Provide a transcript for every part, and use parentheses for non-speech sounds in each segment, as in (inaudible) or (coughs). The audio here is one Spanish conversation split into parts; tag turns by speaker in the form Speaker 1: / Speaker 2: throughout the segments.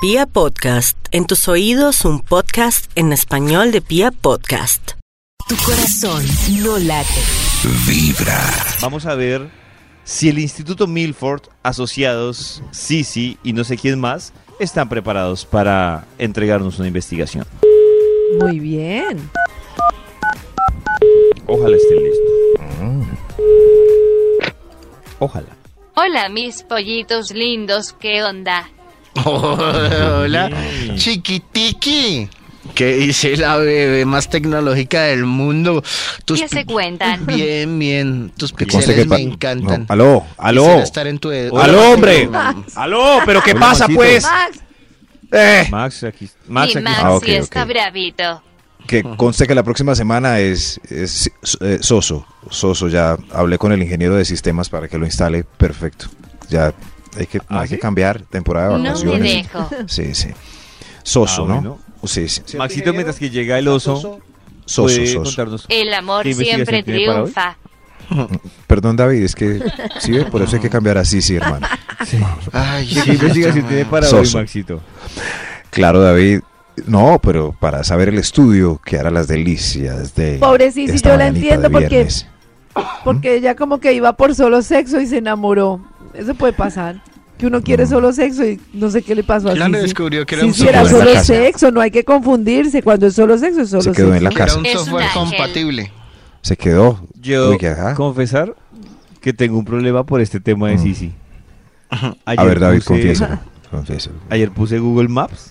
Speaker 1: Pia Podcast, en tus oídos un podcast en español de Pia Podcast.
Speaker 2: Tu corazón no late.
Speaker 3: Vamos a ver si el Instituto Milford, asociados, Sisi y no sé quién más, están preparados para entregarnos una investigación.
Speaker 4: Muy bien.
Speaker 3: Ojalá estén listos.
Speaker 5: Mm.
Speaker 3: Ojalá.
Speaker 6: Hola mis pollitos lindos, ¿qué onda?
Speaker 7: Hola,
Speaker 3: Mm.
Speaker 7: chiquitiqui. ¿Qué dice la bebé más tecnológica del mundo? Tus
Speaker 6: ¿Qué se (laughs)
Speaker 7: pi-
Speaker 6: cuentan?
Speaker 7: Bien, bien. Tus
Speaker 5: Usted
Speaker 7: pixeles
Speaker 5: que pa-
Speaker 7: me encantan.
Speaker 5: no, aló, aló.
Speaker 7: Quisiera estar en tu dedo.
Speaker 5: Al hombre.
Speaker 7: Hola,
Speaker 5: Aló, pero ¿qué
Speaker 3: Hola,
Speaker 5: pasa
Speaker 3: Maxito.
Speaker 5: pues?
Speaker 4: Max,
Speaker 5: Eh,
Speaker 3: Max aquí. Max
Speaker 6: y
Speaker 3: aquí.
Speaker 6: Maxi
Speaker 5: Ah, ok,
Speaker 6: está
Speaker 5: ok.
Speaker 6: bravito.
Speaker 5: que conste que la próxima semana es, es, eh, Soso. Soso, ya hablé con el ingeniero de sistemas para que lo instale. Perfecto. Ya hay que, no
Speaker 3: ¿Ah,
Speaker 5: hay
Speaker 3: sí?
Speaker 5: que cambiar temporada de
Speaker 6: No me
Speaker 5: vacaciones.
Speaker 6: dejo.
Speaker 5: sí, sí. Soso,
Speaker 3: Ah,
Speaker 5: ¿no?
Speaker 3: bueno.
Speaker 5: Sí, sí. Eh.
Speaker 3: Maxito, mientras que llega el oso,
Speaker 5: Soso,
Speaker 3: puede
Speaker 5: Soso.
Speaker 3: contarnos.
Speaker 6: El amor
Speaker 3: ¿Qué investigación
Speaker 6: siempre
Speaker 3: tiene para hoy?
Speaker 6: triunfa.
Speaker 5: Perdón, David, es que sí, ve, por eso hay que cambiar así, sí, hermano.
Speaker 7: Ay,
Speaker 3: ¿Qué investigación tiene para hoy,
Speaker 5: Soso.
Speaker 3: Maxito?
Speaker 5: Claro, David. No, pero para saber el estudio que hará las delicias de.
Speaker 4: Pobre Sisi,
Speaker 5: esta
Speaker 4: yo la
Speaker 5: mañanita de
Speaker 4: entiendo porque-
Speaker 5: viernes.
Speaker 4: porque ella como que iba por solo sexo y se enamoró. Eso puede pasar. Que uno quiere
Speaker 5: Mm.
Speaker 4: solo sexo y no sé qué le pasó a
Speaker 7: Claro,
Speaker 4: Sisi.
Speaker 7: descubrió que era
Speaker 4: Sisi
Speaker 7: un
Speaker 4: era
Speaker 5: software.
Speaker 4: solo
Speaker 5: En la casa.
Speaker 4: sexo, no hay que confundirse. Cuando es solo sexo, es solo
Speaker 5: Se quedó en la
Speaker 4: sexo.
Speaker 7: que era
Speaker 5: casa.
Speaker 7: un
Speaker 6: Es un
Speaker 7: software
Speaker 6: ángel.
Speaker 7: compatible.
Speaker 5: Se quedó.
Speaker 3: Yo
Speaker 5: Uy, que ajá.
Speaker 3: confesar que tengo un problema por este tema de
Speaker 5: Mm.
Speaker 3: Sisi.
Speaker 5: A
Speaker 3: Ayer
Speaker 5: ver, David,
Speaker 3: puse- (laughs)
Speaker 5: confiésalo. confiésalo.
Speaker 3: Ayer puse Google Maps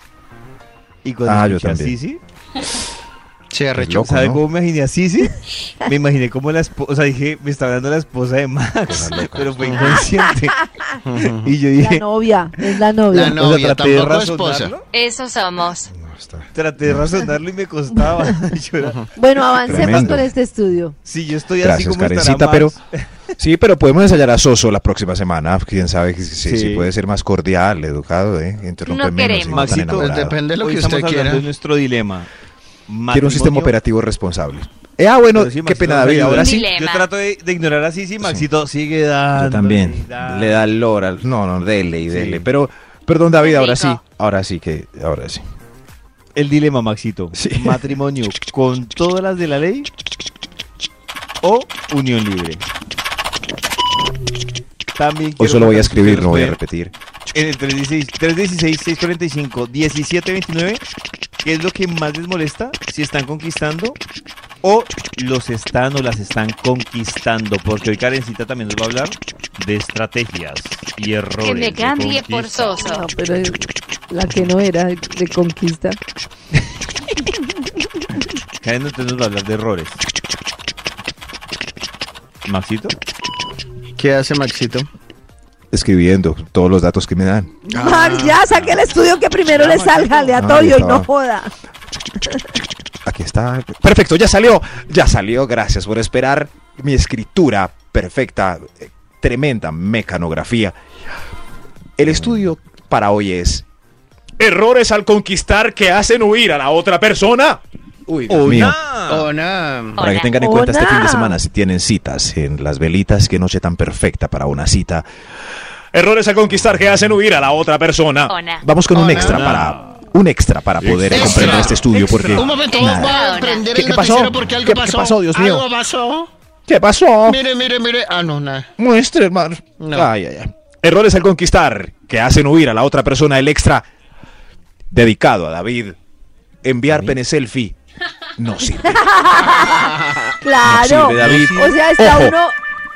Speaker 3: y cuando
Speaker 5: Ah, yo
Speaker 3: escuché a
Speaker 5: también.
Speaker 3: Sisi,
Speaker 7: Se arrechó.
Speaker 5: Loco,
Speaker 3: ¿Sabe
Speaker 5: ¿no?
Speaker 3: cómo me imaginé a
Speaker 5: (laughs)
Speaker 3: Sisi? Me imaginé como la esposa, o sea, dije, me está hablando la esposa de Max,
Speaker 5: Cosas locas.
Speaker 3: (laughs) pero
Speaker 5: (laughs)
Speaker 3: fue inconsciente. Y yo
Speaker 4: La
Speaker 3: dije,
Speaker 4: novia, es la novia.
Speaker 7: La no- novia,
Speaker 3: traté de
Speaker 7: tampoco esposa.
Speaker 3: razonarlo,
Speaker 6: Eso somos.
Speaker 5: No, está-
Speaker 3: traté de razonarlo y me
Speaker 5: (laughs)
Speaker 3: costaba. (laughs) Yo era,
Speaker 4: Bueno, avancemos
Speaker 5: Tremendo.
Speaker 4: con este estudio.
Speaker 3: si yo estoy así
Speaker 5: Gracias,
Speaker 3: como
Speaker 5: Karencita,
Speaker 3: estará
Speaker 5: pero
Speaker 3: Max,
Speaker 5: sí, pero podemos ensayar a Soso la próxima semana. Quién sabe si, si-
Speaker 3: Sí.
Speaker 5: si puede ser más cordial, educado, ¿eh? Interrumpe
Speaker 6: No
Speaker 5: menos.
Speaker 6: queremos.
Speaker 5: y no tan
Speaker 3: Maxito,
Speaker 5: enamorado.
Speaker 7: Pues Depende de lo
Speaker 3: hoy
Speaker 7: que
Speaker 3: estamos
Speaker 7: usted
Speaker 3: hablando
Speaker 7: quiera.
Speaker 3: de nuestro dilema.
Speaker 5: Quiero un sistema
Speaker 3: Matrimonio-
Speaker 5: operativo responsable. Eh, ah, bueno,
Speaker 3: Pero sí,
Speaker 5: qué
Speaker 3: Maxito,
Speaker 5: pena,
Speaker 3: no sé,
Speaker 5: David. Ahora
Speaker 6: Un
Speaker 5: sí.
Speaker 6: dilema.
Speaker 3: Yo trato de, de ignorar a Sisi, Maxito sigue dando.
Speaker 5: Yo también. Le da el lora. No, no, dele y
Speaker 3: Sí.
Speaker 5: dele. Pero, perdón, David, ahora sí.
Speaker 6: Rico.
Speaker 5: Ahora sí que, ahora sí.
Speaker 3: El dilema, Maxito.
Speaker 5: Sí.
Speaker 3: Matrimonio
Speaker 5: (laughs)
Speaker 3: con todas las de la ley o unión libre. También
Speaker 5: Hoy
Speaker 3: quiero
Speaker 5: solo voy a
Speaker 3: contarles que
Speaker 5: escribir,
Speaker 3: ustedes
Speaker 5: no voy a
Speaker 3: pueden-
Speaker 5: repetir.
Speaker 3: En el 316-645-1729, ¿qué es lo que más les molesta? Si están conquistando o los están o las están conquistando. Porque hoy Karencita también nos va a hablar de estrategias y errores.
Speaker 6: Que me
Speaker 3: de
Speaker 6: cambie
Speaker 3: conquista.
Speaker 6: por soso.
Speaker 4: No, pero es la que no era de conquista.
Speaker 3: Karen entonces nos va a hablar de errores. Maxito.
Speaker 7: ¿Qué hace Maxito?
Speaker 5: Escribiendo todos los datos que me dan.
Speaker 7: Ah.
Speaker 4: Max, ya saque el estudio que primero
Speaker 3: Ya,
Speaker 4: le
Speaker 3: Maxito.
Speaker 4: salga aleatorio
Speaker 5: Ahí
Speaker 4: y no
Speaker 5: estaba.
Speaker 4: joda.
Speaker 5: Aquí está. Perfecto, ya salió. Ya salió. Gracias por esperar mi escritura perfecta. eh, Tremenda mecanografía. El estudio para hoy es... Errores al conquistar que hacen huir a la otra persona. Uy, Dios mío.
Speaker 7: Hola.
Speaker 5: Para que
Speaker 6: Hola.
Speaker 5: tengan en cuenta este
Speaker 4: Hola.
Speaker 5: fin de semana si tienen citas en las velitas, qué noche tan perfecta para una cita. Errores a conquistar que hacen huir a la otra persona.
Speaker 6: Hola.
Speaker 5: Vamos con un
Speaker 7: Hola.
Speaker 5: extra para un extra para poder
Speaker 7: Extra.
Speaker 5: comprender este estudio
Speaker 7: Extra.
Speaker 5: porque
Speaker 7: Un momento,
Speaker 5: nada.
Speaker 7: voy a prender
Speaker 5: ¿Qué-
Speaker 7: el
Speaker 5: qué pasó?
Speaker 7: lapicero porque algo
Speaker 5: ¿Qué- qué
Speaker 7: pasó.
Speaker 5: pasó, Dios mío?
Speaker 7: Algo pasó.
Speaker 5: ¿Qué pasó?
Speaker 7: Mire, mire, mire. Ah, no, nada.
Speaker 5: Muestre, hermano.
Speaker 7: No.
Speaker 5: Ay, ay, ay. Errores al conquistar que hacen huir a la otra persona. El extra dedicado a David. Enviar pene selfie
Speaker 3: (laughs)
Speaker 5: no sirve.
Speaker 4: Claro.
Speaker 5: No sirve, David.
Speaker 4: O sea, está
Speaker 5: Ojo.
Speaker 4: uno,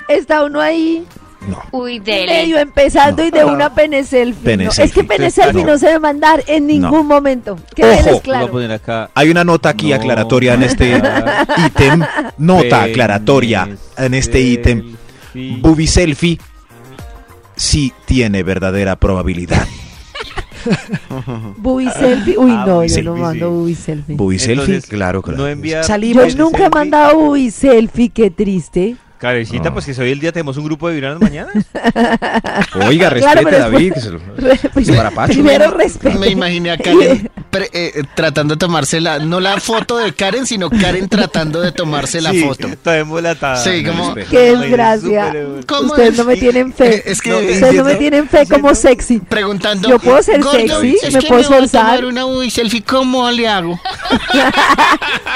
Speaker 4: está uno ahí
Speaker 5: No.
Speaker 6: Uy,
Speaker 4: medio
Speaker 6: dele.
Speaker 4: empezando y de una pene selfie.
Speaker 5: Pene
Speaker 4: No, Es
Speaker 5: selfie.
Speaker 4: que pene selfie
Speaker 5: Pues, No.
Speaker 4: no se debe mandar en ningún
Speaker 5: No.
Speaker 4: momento. Que
Speaker 5: Ojo.
Speaker 4: deles
Speaker 3: Lo voy a
Speaker 4: claro.
Speaker 3: poner acá.
Speaker 5: Hay una nota aquí
Speaker 3: No,
Speaker 5: aclaratoria en este
Speaker 3: nada.
Speaker 5: ítem. Nota aclaratoria en este ítem.
Speaker 3: Selfie.
Speaker 5: Bubi selfie sí tiene verdadera probabilidad.
Speaker 4: Bubi selfie. Uy,
Speaker 3: Ah,
Speaker 4: no,
Speaker 3: bubi
Speaker 4: yo no
Speaker 3: selfie,
Speaker 4: mando
Speaker 3: sí.
Speaker 4: bubi selfie.
Speaker 5: Bubi
Speaker 3: Entonces,
Speaker 5: selfie, claro, claro.
Speaker 3: no enviar-
Speaker 4: Yo
Speaker 5: Salimos.
Speaker 3: bubi
Speaker 4: nunca he
Speaker 3: selfie.
Speaker 4: mandado bubi selfie, qué triste.
Speaker 3: Karencita,
Speaker 5: No.
Speaker 3: pues que hoy el día tenemos un grupo de viranas
Speaker 4: (laughs)
Speaker 3: mañana.
Speaker 5: Oiga,
Speaker 4: Claro,
Speaker 5: respete
Speaker 4: pero
Speaker 5: David. que se lo-
Speaker 4: Re-
Speaker 5: Ese guarapacho.
Speaker 4: Primero respeto.
Speaker 7: Me imaginé a Karen pre- eh, tratando de tomársela, no la foto de Karen, sino Karen tratando de tomarse la
Speaker 3: Sí,
Speaker 7: foto.
Speaker 3: Está embolatada.
Speaker 7: Sí,
Speaker 3: en el
Speaker 7: como-
Speaker 3: espejo.
Speaker 4: Qué
Speaker 3: Ay,
Speaker 4: desgracia.
Speaker 3: súper embolatada.
Speaker 7: ¿Cómo
Speaker 4: Ustedes
Speaker 7: es?
Speaker 4: no me tienen fe.
Speaker 7: Eh, es que-
Speaker 4: Ustedes no me
Speaker 3: ¿no?
Speaker 4: tienen fe como sexy. (laughs)
Speaker 7: Preguntando.
Speaker 4: ¿Yo puedo ser
Speaker 7: "Gordo,
Speaker 4: sexy?
Speaker 7: es
Speaker 4: ¿Me
Speaker 7: que
Speaker 4: puedo
Speaker 7: voy a
Speaker 4: esforzar?"
Speaker 7: tomar una uy selfie, ¿cómo le hago?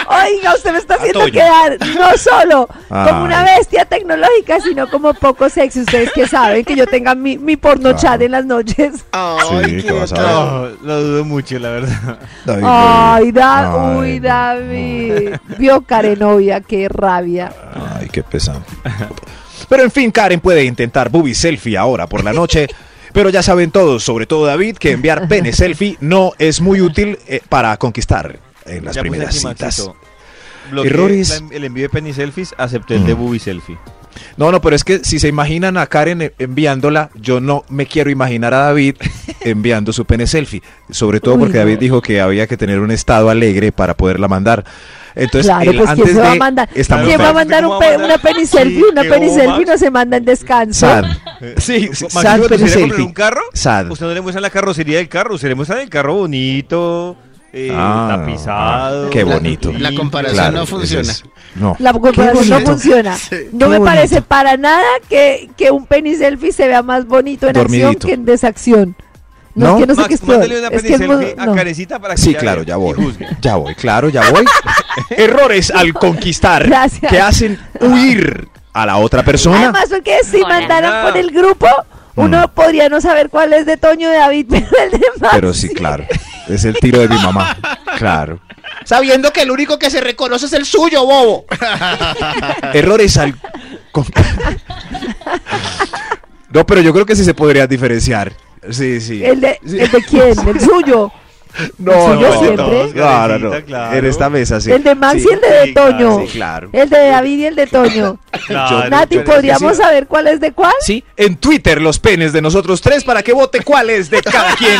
Speaker 4: Oiga, usted me está haciendo
Speaker 3: Toño.
Speaker 4: quedar no solo como una
Speaker 5: Ay.
Speaker 4: bestia tecnológica, sino como poco sexy. Ustedes que saben que yo tenga mi, mi porno
Speaker 5: Claro.
Speaker 4: chat en las noches.
Speaker 7: Ay,
Speaker 5: ¿qué vas a
Speaker 7: tal?
Speaker 5: ver?
Speaker 3: No, lo dudo mucho, la verdad.
Speaker 5: David,
Speaker 4: Ay, da,
Speaker 5: Ay,
Speaker 4: uy,
Speaker 5: no.
Speaker 4: David. Vio Karenovia, qué rabia.
Speaker 5: Ay, qué pesado. Pero en fin, Karen puede intentar booby selfie ahora por la
Speaker 4: (laughs)
Speaker 5: noche. Pero ya saben todos, sobre todo David, que enviar pene selfie no es muy útil eh, para conquistar en las
Speaker 3: Ya puse
Speaker 5: primeras
Speaker 3: aquí,
Speaker 5: citas.
Speaker 3: Maxito. Bloqueé
Speaker 5: Errores.
Speaker 3: la- el envío de penny selfies, acepté el de
Speaker 5: Mm.
Speaker 3: booby selfie.
Speaker 5: No, no, pero es que si se imaginan a Karen eh, enviándola, yo no me quiero imaginar a
Speaker 4: (laughs)
Speaker 5: David enviando su pene selfie. Sobre todo
Speaker 4: Uy,
Speaker 5: porque
Speaker 4: no.
Speaker 5: David dijo que había que tener un estado alegre para poderla mandar. Entonces,
Speaker 4: claro,
Speaker 5: él
Speaker 4: pues ¿quién
Speaker 5: antes
Speaker 4: se va a
Speaker 5: de-
Speaker 4: mandar?
Speaker 5: está muy
Speaker 4: ¿Quién va a
Speaker 5: feo.
Speaker 4: mandar
Speaker 3: ¿Cómo
Speaker 4: un
Speaker 3: va a
Speaker 4: pe-
Speaker 3: mandar?
Speaker 4: una penny selfie?
Speaker 3: Sí,
Speaker 4: Una
Speaker 3: qué
Speaker 4: penny
Speaker 3: boba.
Speaker 4: selfie no se manda en descanso.
Speaker 5: Sad.
Speaker 3: Eh,
Speaker 5: Sí,
Speaker 3: Maxito,
Speaker 5: sad
Speaker 3: ¿usted
Speaker 5: pene
Speaker 3: quiere comprar
Speaker 5: selfie.
Speaker 3: un carro?
Speaker 5: Sad.
Speaker 3: Usted no le muestra la carrocería del carro, usted le muestra el carro bonito, eh,
Speaker 5: Ah,
Speaker 3: tapizado.
Speaker 5: qué
Speaker 7: La-
Speaker 5: bonito.
Speaker 7: La, comparación
Speaker 5: Claro,
Speaker 7: no
Speaker 5: ese
Speaker 7: funciona.
Speaker 5: es- no.
Speaker 4: La comparación no
Speaker 5: bonito.
Speaker 4: funciona.
Speaker 7: Sí.
Speaker 4: No
Speaker 5: Qué
Speaker 4: me
Speaker 5: bonito.
Speaker 4: parece para nada que, que un penny selfie se vea más bonito en
Speaker 5: Dormidito.
Speaker 4: acción que en desacción. No,
Speaker 5: ¿No?
Speaker 4: es que no sé
Speaker 3: Max,
Speaker 4: qué es peor.
Speaker 3: mándale una
Speaker 4: Es
Speaker 3: penny
Speaker 4: que es
Speaker 3: selfie
Speaker 4: mo- no.
Speaker 3: a Karencita para que
Speaker 5: Sí,
Speaker 3: ya
Speaker 5: claro,
Speaker 3: vea
Speaker 5: ya
Speaker 3: y
Speaker 5: voy. (laughs)
Speaker 3: juzgue.
Speaker 5: Ya voy, claro, ya voy. (laughs) Errores al conquistar
Speaker 4: Gracias.
Speaker 5: que hacen huir a la otra persona.
Speaker 4: Además, porque si
Speaker 6: Hola.
Speaker 4: mandaran por el grupo, uno
Speaker 5: Mm.
Speaker 4: podría no saber cuál es de Toño de David, (laughs) pero el de Max. (laughs)
Speaker 5: Pero sí, claro. Es el tiro de mi mamá. Claro.
Speaker 8: Sabiendo que el único que se reconoce es el suyo, bobo.
Speaker 5: (laughs) Errores al. con- No, pero yo creo que sí se podría diferenciar. Sí, sí.
Speaker 4: ¿El de,
Speaker 5: Sí.
Speaker 4: el de quién?
Speaker 5: (laughs)
Speaker 4: ¿El suyo?
Speaker 5: No,
Speaker 4: el suyo
Speaker 5: no,
Speaker 4: siempre?
Speaker 5: no, no, no.
Speaker 3: Karencita, claro.
Speaker 5: En esta mesa sí.
Speaker 4: ¿El de Max
Speaker 5: Sí, Ah,
Speaker 4: y el de,
Speaker 3: sí,
Speaker 4: Toño?
Speaker 5: sí, claro.
Speaker 4: El de David y el
Speaker 5: (laughs)
Speaker 4: de Toño.
Speaker 3: Claro,
Speaker 4: Nati,
Speaker 3: pero-
Speaker 4: ¿podríamos
Speaker 5: sí.
Speaker 4: saber cuál es de cuál?
Speaker 5: Sí, en Twitter los penes de nosotros tres para que vote cuál es de cada
Speaker 8: (laughs)
Speaker 5: quien.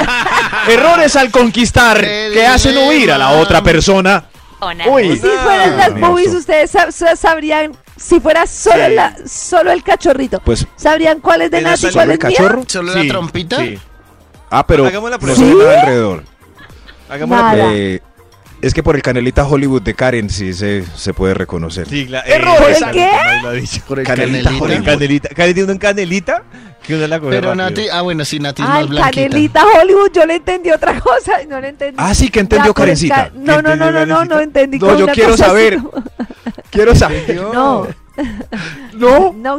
Speaker 5: Errores al conquistar
Speaker 7: El
Speaker 5: que hacen huir a la otra persona.
Speaker 6: Ona.
Speaker 5: Uy.
Speaker 4: Si fueran las
Speaker 5: Hermoso.
Speaker 4: movies, ustedes sab- sa- sabrían, si fuera solo,
Speaker 3: Sí.
Speaker 4: la- solo el cachorrito,
Speaker 5: Pues,
Speaker 4: sabrían cuál es de
Speaker 3: ¿De
Speaker 4: Nati y
Speaker 3: Natalia
Speaker 4: cuál es
Speaker 5: el
Speaker 4: mía.
Speaker 5: cachorro.
Speaker 7: Solo
Speaker 3: Sí,
Speaker 7: la trompita.
Speaker 3: sí.
Speaker 5: Ah, pero
Speaker 3: Hagamos la
Speaker 5: no
Speaker 3: prueba.
Speaker 5: sé
Speaker 4: ¿Sí?
Speaker 5: nada alrededor.
Speaker 3: Hagamos
Speaker 4: Nada.
Speaker 3: la prueba.
Speaker 5: Eh, es que por el canelita Hollywood de Karen sí se, se puede reconocer.
Speaker 3: Sí, cla-
Speaker 5: Errores.
Speaker 3: eh,
Speaker 4: ¿Por qué?
Speaker 3: Max lo ha dicho.
Speaker 7: Por el
Speaker 5: Canelita,
Speaker 3: Con el
Speaker 5: Hollywood.
Speaker 3: canelita. Karen tiene un canelita que uno la coge
Speaker 7: Pero
Speaker 3: rápido.
Speaker 7: Nati, ah bueno, sí, Nati es
Speaker 4: Ah,
Speaker 7: más
Speaker 4: el
Speaker 7: blanquita.
Speaker 4: Canelita Hollywood, yo le entendí otra cosa y no le entendí.
Speaker 5: Ah, sí, que entendió
Speaker 4: Ya con el
Speaker 5: Karencita.
Speaker 4: ca- No,
Speaker 3: ¿Que
Speaker 4: no, no,
Speaker 3: entendió
Speaker 4: no, no,
Speaker 3: Karencita?
Speaker 4: no entendí.
Speaker 5: No,
Speaker 4: como
Speaker 5: yo
Speaker 4: una
Speaker 5: quiero
Speaker 4: cosa así
Speaker 5: saber.
Speaker 4: como-
Speaker 5: Quiero saber.
Speaker 4: No,
Speaker 5: (laughs) No.
Speaker 4: (laughs) no.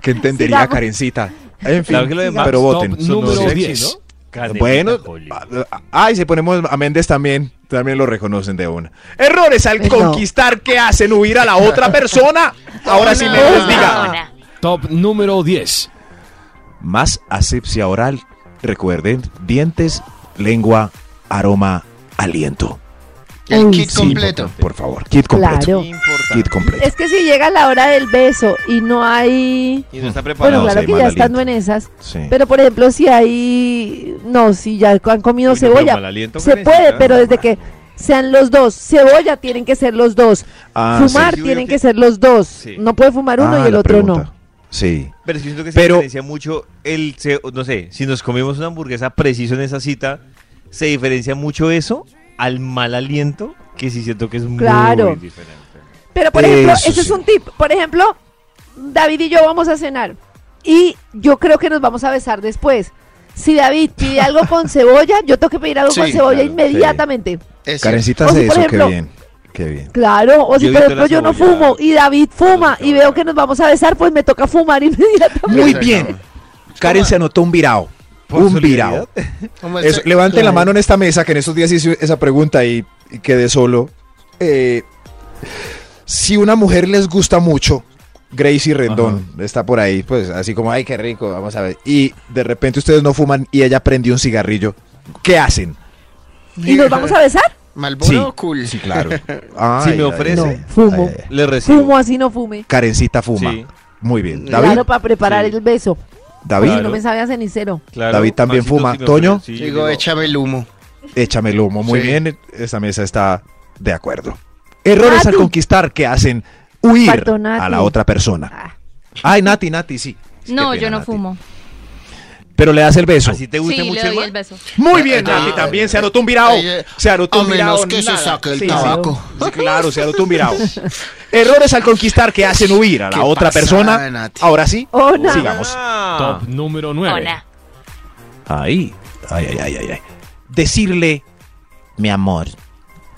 Speaker 5: Que entendería
Speaker 4: Sigamos.
Speaker 5: Karencita. En fin,
Speaker 3: Claro que lo de Max
Speaker 5: pero
Speaker 3: Top
Speaker 5: voten.
Speaker 3: son los
Speaker 5: No sé.
Speaker 3: sexy, ¿no? Canelita
Speaker 5: Bueno,
Speaker 3: Hollywood.
Speaker 5: a- a- ay, si ponemos a Méndez también, también lo reconocen de una. Errores al
Speaker 4: Pues no.
Speaker 5: conquistar que hacen huir a la
Speaker 3: (laughs)
Speaker 5: otra persona. Ahora sí,
Speaker 7: No,
Speaker 5: Méndez,
Speaker 7: no,
Speaker 5: diga.
Speaker 6: Ona.
Speaker 9: Top número 10.
Speaker 5: Más asepsia oral. Recuerden, dientes, lengua, aroma, aliento.
Speaker 7: El
Speaker 4: Uy,
Speaker 7: kit
Speaker 4: sí.
Speaker 7: completo.
Speaker 5: Por favor, kit completo.
Speaker 4: Claro.
Speaker 3: Importante.
Speaker 5: Kit completo.
Speaker 4: Es que si llega la hora del beso y no hay.
Speaker 3: Y no está preparado.
Speaker 4: Bueno,
Speaker 5: no,
Speaker 4: claro
Speaker 5: sí,
Speaker 4: que
Speaker 5: mal
Speaker 4: ya
Speaker 5: aliento.
Speaker 4: estando en esas.
Speaker 5: Sí.
Speaker 4: Pero por ejemplo, si hay. No, si ya han comido
Speaker 3: Uy, no, pero
Speaker 4: cebolla.
Speaker 3: mal aliento,
Speaker 4: Se
Speaker 3: Karencita.
Speaker 4: puede, pero desde que sean los dos. Cebolla tienen que ser los dos.
Speaker 5: Ah,
Speaker 4: fumar
Speaker 3: sí.
Speaker 4: tienen que ser los dos.
Speaker 3: Sí.
Speaker 4: No puede fumar uno
Speaker 5: Ah,
Speaker 4: y el
Speaker 5: la
Speaker 4: otro
Speaker 5: pregunta. Sí.
Speaker 3: Pero sí siento que
Speaker 5: Pero-
Speaker 3: se diferencia mucho el, se- no sé, si nos comemos una hamburguesa preciso en esa cita, se diferencia mucho eso al mal aliento, que sí siento que es
Speaker 4: Claro.
Speaker 3: muy diferente.
Speaker 4: no. Pero por ejemplo,
Speaker 5: Eso
Speaker 4: ese es
Speaker 5: sí.
Speaker 4: un tip. Por ejemplo, David y yo vamos a cenar. Y yo creo que nos vamos a besar después. Si David pide algo con cebolla, yo tengo que pedir algo
Speaker 7: Sí,
Speaker 4: con cebolla
Speaker 7: claro,
Speaker 4: inmediatamente.
Speaker 7: Es cierto.
Speaker 5: Karencita
Speaker 4: O si,
Speaker 5: hace
Speaker 4: por
Speaker 5: eso,
Speaker 4: ejemplo-
Speaker 5: qué bien. Qué bien.
Speaker 4: Claro, o si
Speaker 3: Yo evito
Speaker 4: por
Speaker 3: la
Speaker 4: ejemplo yo no
Speaker 3: cebolla.
Speaker 4: fumo y David fuma y
Speaker 3: cebolla.
Speaker 4: veo que nos vamos a besar, pues me toca fumar (laughs) inmediatamente.
Speaker 5: Muy
Speaker 7: Exacto.
Speaker 5: bien. Karen se anotó un virao.
Speaker 3: Por
Speaker 5: Un
Speaker 3: solidaridad.
Speaker 5: virao.
Speaker 7: Como el
Speaker 5: Eso,
Speaker 7: se-
Speaker 5: levanten la
Speaker 4: Claro.
Speaker 5: mano en esta mesa que en estos días hice esa pregunta y, y quedé solo. Eh, si una mujer les gusta mucho, Gracie Rendón está por ahí, pues así como, ay, qué rico, vamos a ver. Y de repente ustedes no fuman y ella prendió un cigarrillo. ¿Qué hacen?
Speaker 4: ¿Y nos vamos a besar?
Speaker 7: Malboro
Speaker 5: Sí.
Speaker 7: cool.
Speaker 3: (laughs)
Speaker 5: Sí, claro. Ay,
Speaker 3: Si me
Speaker 5: ay,
Speaker 3: ofrece,
Speaker 5: ay, ay,
Speaker 4: fumo.
Speaker 5: ay, ay.
Speaker 3: Le recibo.
Speaker 4: Fumo así no fume.
Speaker 5: Karencita fuma.
Speaker 3: Sí.
Speaker 5: Muy bien.
Speaker 7: Claro,
Speaker 5: David,
Speaker 4: Claro, para preparar
Speaker 3: Sí.
Speaker 4: el beso.
Speaker 5: David,
Speaker 4: Y no me sabe a cenicero.
Speaker 3: Claro,
Speaker 5: David también
Speaker 3: Maxito,
Speaker 5: fuma.
Speaker 3: si me
Speaker 5: Toño.
Speaker 3: ofrece, sí, yo
Speaker 7: Digo,
Speaker 3: digo,
Speaker 7: échame el humo.
Speaker 5: échame el humo. Muy
Speaker 7: Sí.
Speaker 5: bien, esta mesa está de acuerdo. Errores
Speaker 4: Nati.
Speaker 5: al conquistar que hacen huir
Speaker 4: Faltó Nati.
Speaker 5: a la otra persona.
Speaker 4: Ah.
Speaker 5: Ay, Nati, Nati, sí. Qué
Speaker 6: No,
Speaker 5: pena,
Speaker 6: yo no
Speaker 5: Nati.
Speaker 6: fumo.
Speaker 5: pero le das el beso.
Speaker 3: Así te gusta
Speaker 10: Sí, le
Speaker 3: mucho el
Speaker 10: doy
Speaker 3: man?
Speaker 10: el beso.
Speaker 5: Muy bien,
Speaker 7: Ah,
Speaker 5: Nati,
Speaker 7: ah,
Speaker 5: también se anotó un virao.
Speaker 7: eh, eh,
Speaker 5: Se anotó
Speaker 7: a
Speaker 5: un
Speaker 7: menos
Speaker 5: virao,
Speaker 7: que se
Speaker 5: nada.
Speaker 7: saque el tabaco.
Speaker 5: Sí, claro, se anotó un virao. Errores al conquistar que hacen huir a
Speaker 7: Qué
Speaker 5: la otra
Speaker 7: pasada,
Speaker 5: persona.
Speaker 7: Nati.
Speaker 5: Ahora sí,
Speaker 4: Oh, no.
Speaker 5: sigamos.
Speaker 3: Ah.
Speaker 9: Top número 9.
Speaker 6: Hola.
Speaker 5: Ahí. Ay, ay, ay, ay, ay. Decirle, mi amor.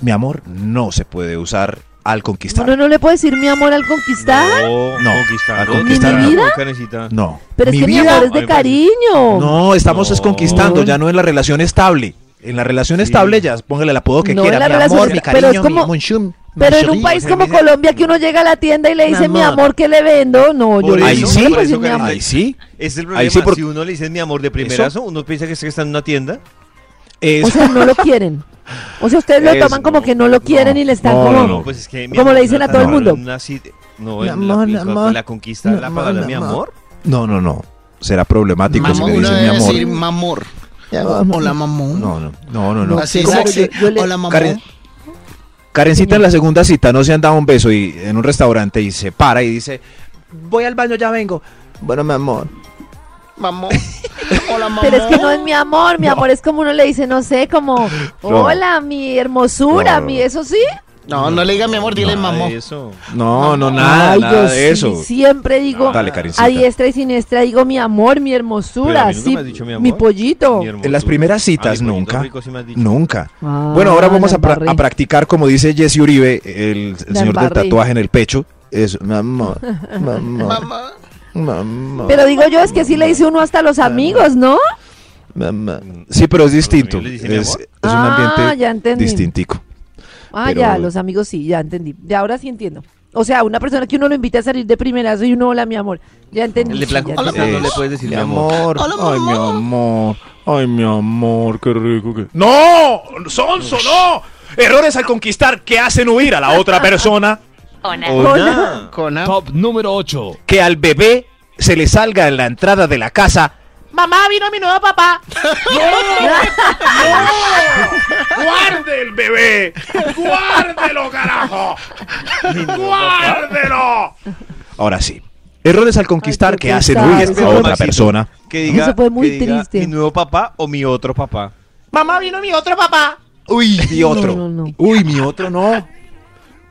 Speaker 5: Mi amor no se puede usar al conquistar.
Speaker 4: Uno no le puede decir mi amor al conquistar.
Speaker 3: No,
Speaker 5: No,
Speaker 3: conquistar.
Speaker 5: al conquistar
Speaker 4: no. ¿Mi vida?
Speaker 3: Karencita.
Speaker 5: No.
Speaker 4: Pero es que mi amor es de
Speaker 3: Ay, vale.
Speaker 4: cariño.
Speaker 5: No, estamos
Speaker 3: No.
Speaker 5: es conquistando, ya no en la relación estable. En la relación estable ya póngale el apodo que
Speaker 4: No,
Speaker 5: quiera,
Speaker 4: en la
Speaker 5: mi
Speaker 4: relación
Speaker 5: amor, mi
Speaker 4: esta- pero es
Speaker 5: cariño, mi
Speaker 4: como-
Speaker 5: monchum,
Speaker 4: Pero en
Speaker 5: monchum.
Speaker 4: un país
Speaker 3: se
Speaker 4: como
Speaker 3: dice-
Speaker 4: Colombia que uno llega a la tienda y le dice mi amor que le vendo, no, yo
Speaker 3: Por
Speaker 4: no
Speaker 5: Ahí
Speaker 3: eso,
Speaker 5: sí,
Speaker 4: le
Speaker 3: por
Speaker 4: puedo decir
Speaker 3: eso,
Speaker 4: mi amor.
Speaker 5: Ahí sí.
Speaker 3: Ese es el problema.
Speaker 5: sí, por-
Speaker 3: Si uno le dice mi amor de primerazo, uno piensa que está en una tienda.
Speaker 5: Es-
Speaker 4: O sea, no lo quieren. O sea, ustedes lo
Speaker 5: Eso,
Speaker 4: toman como que no lo quieren y le están
Speaker 5: no,
Speaker 4: como.
Speaker 5: no, no.
Speaker 3: Pues es que, mi
Speaker 4: Como le
Speaker 3: amor,
Speaker 4: dicen a
Speaker 3: no,
Speaker 4: todo el
Speaker 3: no,
Speaker 4: mundo.
Speaker 3: en una cita- no,
Speaker 7: Mi
Speaker 3: en
Speaker 7: amor, mi
Speaker 3: la,
Speaker 7: amor.
Speaker 3: la conquista,
Speaker 7: Mi
Speaker 3: la
Speaker 7: amor,
Speaker 3: palabra
Speaker 7: mi
Speaker 3: mi
Speaker 7: amor.
Speaker 3: amor.
Speaker 5: No, no, no. Será problemático
Speaker 7: Mamón,
Speaker 5: si le
Speaker 7: uno
Speaker 5: dices mi
Speaker 7: debe
Speaker 5: amor.
Speaker 7: decir mamor. Hola, mamón.
Speaker 5: No, no, no, no. no.
Speaker 7: Así
Speaker 5: ¿Cómo
Speaker 7: es,
Speaker 5: que-
Speaker 7: así. Hola, mamón.
Speaker 5: Karen- Karencita en la segunda cita no se han dado un beso y en un restaurante y se para y dice, voy al baño, ya vengo. Bueno, mi amor.
Speaker 7: Mamón. Hola, mamón.
Speaker 4: Pero es que no es mi amor, mi amor es como uno le dice, no sé, como,
Speaker 5: No.
Speaker 4: hola, mi hermosura,
Speaker 5: No, no,
Speaker 4: mi
Speaker 5: no.
Speaker 4: eso sí.
Speaker 7: No, no le diga mi amor, dile
Speaker 3: Nada de
Speaker 7: mamón.
Speaker 3: Ah, Eso.
Speaker 5: No, no, nada,
Speaker 4: Ay,
Speaker 5: nada
Speaker 4: yo
Speaker 5: de
Speaker 4: sí,
Speaker 5: eso.
Speaker 4: siempre digo,
Speaker 5: Dale, Karencita.
Speaker 4: a diestra y siniestra digo mi amor, mi hermosura,
Speaker 3: Pero a mí nunca
Speaker 4: sí,
Speaker 3: me has dicho mi
Speaker 4: mi,
Speaker 3: amor,
Speaker 4: pollito.
Speaker 3: Mi hermosura.
Speaker 5: En las primeras citas
Speaker 3: Ah, mi pollito
Speaker 5: nunca.
Speaker 3: rico sí me has dicho.
Speaker 5: Nunca.
Speaker 4: Ah,
Speaker 5: Bueno, ahora vamos
Speaker 4: la
Speaker 5: a, pra-
Speaker 4: embarré.
Speaker 5: a practicar, como dice Jesse Uribe, el, el
Speaker 4: La
Speaker 5: señor del
Speaker 4: embarré.
Speaker 5: tatuaje en el pecho.
Speaker 4: (laughs)
Speaker 5: Eso, mamá, mamá,
Speaker 7: Mamá.
Speaker 5: mamá,
Speaker 4: Pero digo yo, es que sí le dice uno hasta a los amigos, ¿no?
Speaker 5: mamá. Sí, pero es distinto.
Speaker 3: le
Speaker 5: Es,
Speaker 3: dice mi amor.
Speaker 5: es un
Speaker 4: Ah, ya
Speaker 5: ambiente
Speaker 4: entendí.
Speaker 5: distintico.
Speaker 4: Ah,
Speaker 5: Pero-
Speaker 4: ya, los amigos sí, ya entendí. Ya ahora sí entiendo. O sea, una persona que uno lo invita a salir de primerazo y uno, hola, mi amor. Ya entendí.
Speaker 3: Le
Speaker 4: sí,
Speaker 3: plan-
Speaker 4: ya
Speaker 3: hola,
Speaker 4: entendí.
Speaker 3: plan- no le puedes decir mi amor.
Speaker 5: Ay, mi amor. Ay, mi amor, qué rico que. ¡No! ¡Sonso, no! Errores al conquistar que hacen huir a la
Speaker 4: (laughs)
Speaker 5: otra persona.
Speaker 6: Hola.
Speaker 3: Hola.
Speaker 7: Con a-
Speaker 9: Top número 8.
Speaker 5: Que al bebé se le salga en la entrada de la casa.
Speaker 8: Mamá, vino mi
Speaker 5: (laughs)
Speaker 8: nuevo papá.
Speaker 5: ¡Guarde el bebé! ¡Guárdelo, carajo! ¡Guárdelo! Ahora sí. Errores al conquistar
Speaker 4: Ay, qué
Speaker 5: que hacen
Speaker 4: pesar,
Speaker 5: huir
Speaker 4: ese
Speaker 5: a
Speaker 4: fue
Speaker 5: otra
Speaker 3: Maxito.
Speaker 5: persona.
Speaker 3: Que diga,
Speaker 4: Eso fue muy
Speaker 3: que diga,
Speaker 4: triste.
Speaker 3: mi nuevo papá o mi otro papá.
Speaker 8: Mamá, vino mi otro papá.
Speaker 5: Uy, mi otro.
Speaker 4: no, no.
Speaker 5: Uy, mi otro no.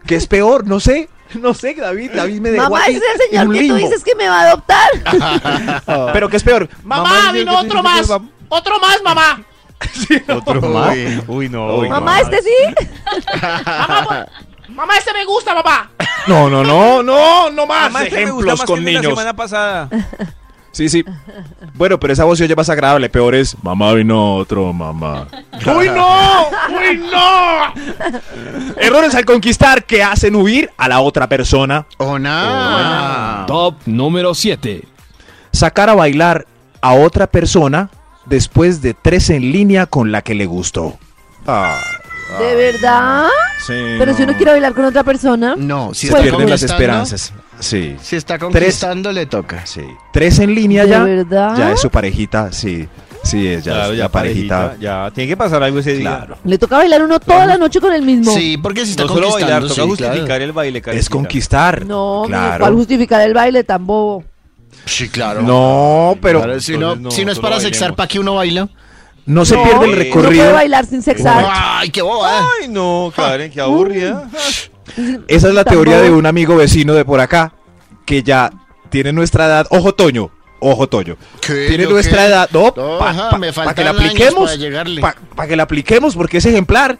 Speaker 5: ¿Qué es peor? No sé. No sé, David. David me dejó
Speaker 4: Mamá,
Speaker 5: aquí
Speaker 4: ese es el
Speaker 5: en
Speaker 4: señor
Speaker 5: un
Speaker 4: que tú
Speaker 5: limbo.
Speaker 4: dices que me va
Speaker 5: (laughs)
Speaker 4: a adoptar.
Speaker 5: Pero ¿qué es peor?
Speaker 8: Mamá, vino otro más. Otro más, mamá.
Speaker 3: Otro
Speaker 7: más.
Speaker 3: Uy, no. uy,
Speaker 4: Mamá, este sí.
Speaker 8: Mamá, po- mamá, este me gusta, papá.
Speaker 5: No, no, no, no, no más
Speaker 3: Mamá, este me gusta
Speaker 5: ejemplos
Speaker 3: más
Speaker 5: con
Speaker 3: que el de
Speaker 5: niños.
Speaker 3: La semana pasada.
Speaker 5: Sí, sí. Bueno, pero esa voz se oye más agradable. Peor es, mamá vino otro, mamá. (laughs) ¡Uy, no! ¡Uy, no! Errores al conquistar que hacen huir a la otra persona.
Speaker 7: Ona.
Speaker 9: Top número 7.
Speaker 5: Sacar a bailar a otra persona después de tres en línea con la que le gustó. Ah,
Speaker 4: ¿De verdad?
Speaker 5: sí.
Speaker 4: Pero si uno quiere bailar con otra persona.
Speaker 7: No, si
Speaker 5: Se
Speaker 7: está
Speaker 4: Pues-
Speaker 5: pierden las
Speaker 7: conquistando-
Speaker 5: esperanzas. Sí,
Speaker 7: Si está conquistando, le toca.
Speaker 5: sí. Tres en línea
Speaker 4: ¿De
Speaker 5: ya.
Speaker 4: verdad?
Speaker 5: Ya es su parejita, sí. Sí, es ya,
Speaker 3: Claro,
Speaker 5: es
Speaker 3: ya
Speaker 5: la parejita.
Speaker 3: parejita. Ya, tiene que pasar algo ese día.
Speaker 5: Claro.
Speaker 4: Le toca bailar uno toda la noche con el mismo.
Speaker 7: Sí, porque si está
Speaker 3: No solo
Speaker 7: conquistando.
Speaker 3: bailar, toca
Speaker 7: sí, claro.
Speaker 3: justificar el baile,
Speaker 5: Es
Speaker 3: Karencita.
Speaker 5: conquistar.
Speaker 4: No, mira, ¿cuál
Speaker 5: claro.
Speaker 4: justificar el baile tan bobo?
Speaker 7: Sí, claro.
Speaker 5: No, pero
Speaker 7: Claro, si, no,
Speaker 3: Entonces no,
Speaker 7: si no es
Speaker 3: solo
Speaker 7: para
Speaker 3: bailemos.
Speaker 7: sexar, ¿para qué uno baila?
Speaker 5: no se
Speaker 4: No,
Speaker 5: pierde el
Speaker 3: uno
Speaker 4: Uno puede
Speaker 5: recorrido.
Speaker 4: bailar sin sexar.
Speaker 7: Ay, qué
Speaker 3: (laughs)
Speaker 7: boba. ¿eh?
Speaker 3: Ay, no, Karen, qué aburrida.
Speaker 5: Esa es la
Speaker 4: Tan
Speaker 5: teoría de
Speaker 4: bobo.
Speaker 5: un amigo vecino de por acá que ya tiene nuestra edad. Ojo, Toño. Ojo, Toño.
Speaker 7: ¿Qué,
Speaker 5: Tiene
Speaker 7: yo
Speaker 5: nuestra
Speaker 7: qué?
Speaker 5: edad. No,
Speaker 7: No,
Speaker 5: para
Speaker 7: ajá, me
Speaker 5: que
Speaker 7: faltan
Speaker 5: la
Speaker 7: años
Speaker 5: apliquemos.
Speaker 7: para llegarle.
Speaker 5: Para que la apliquemos porque es ejemplar.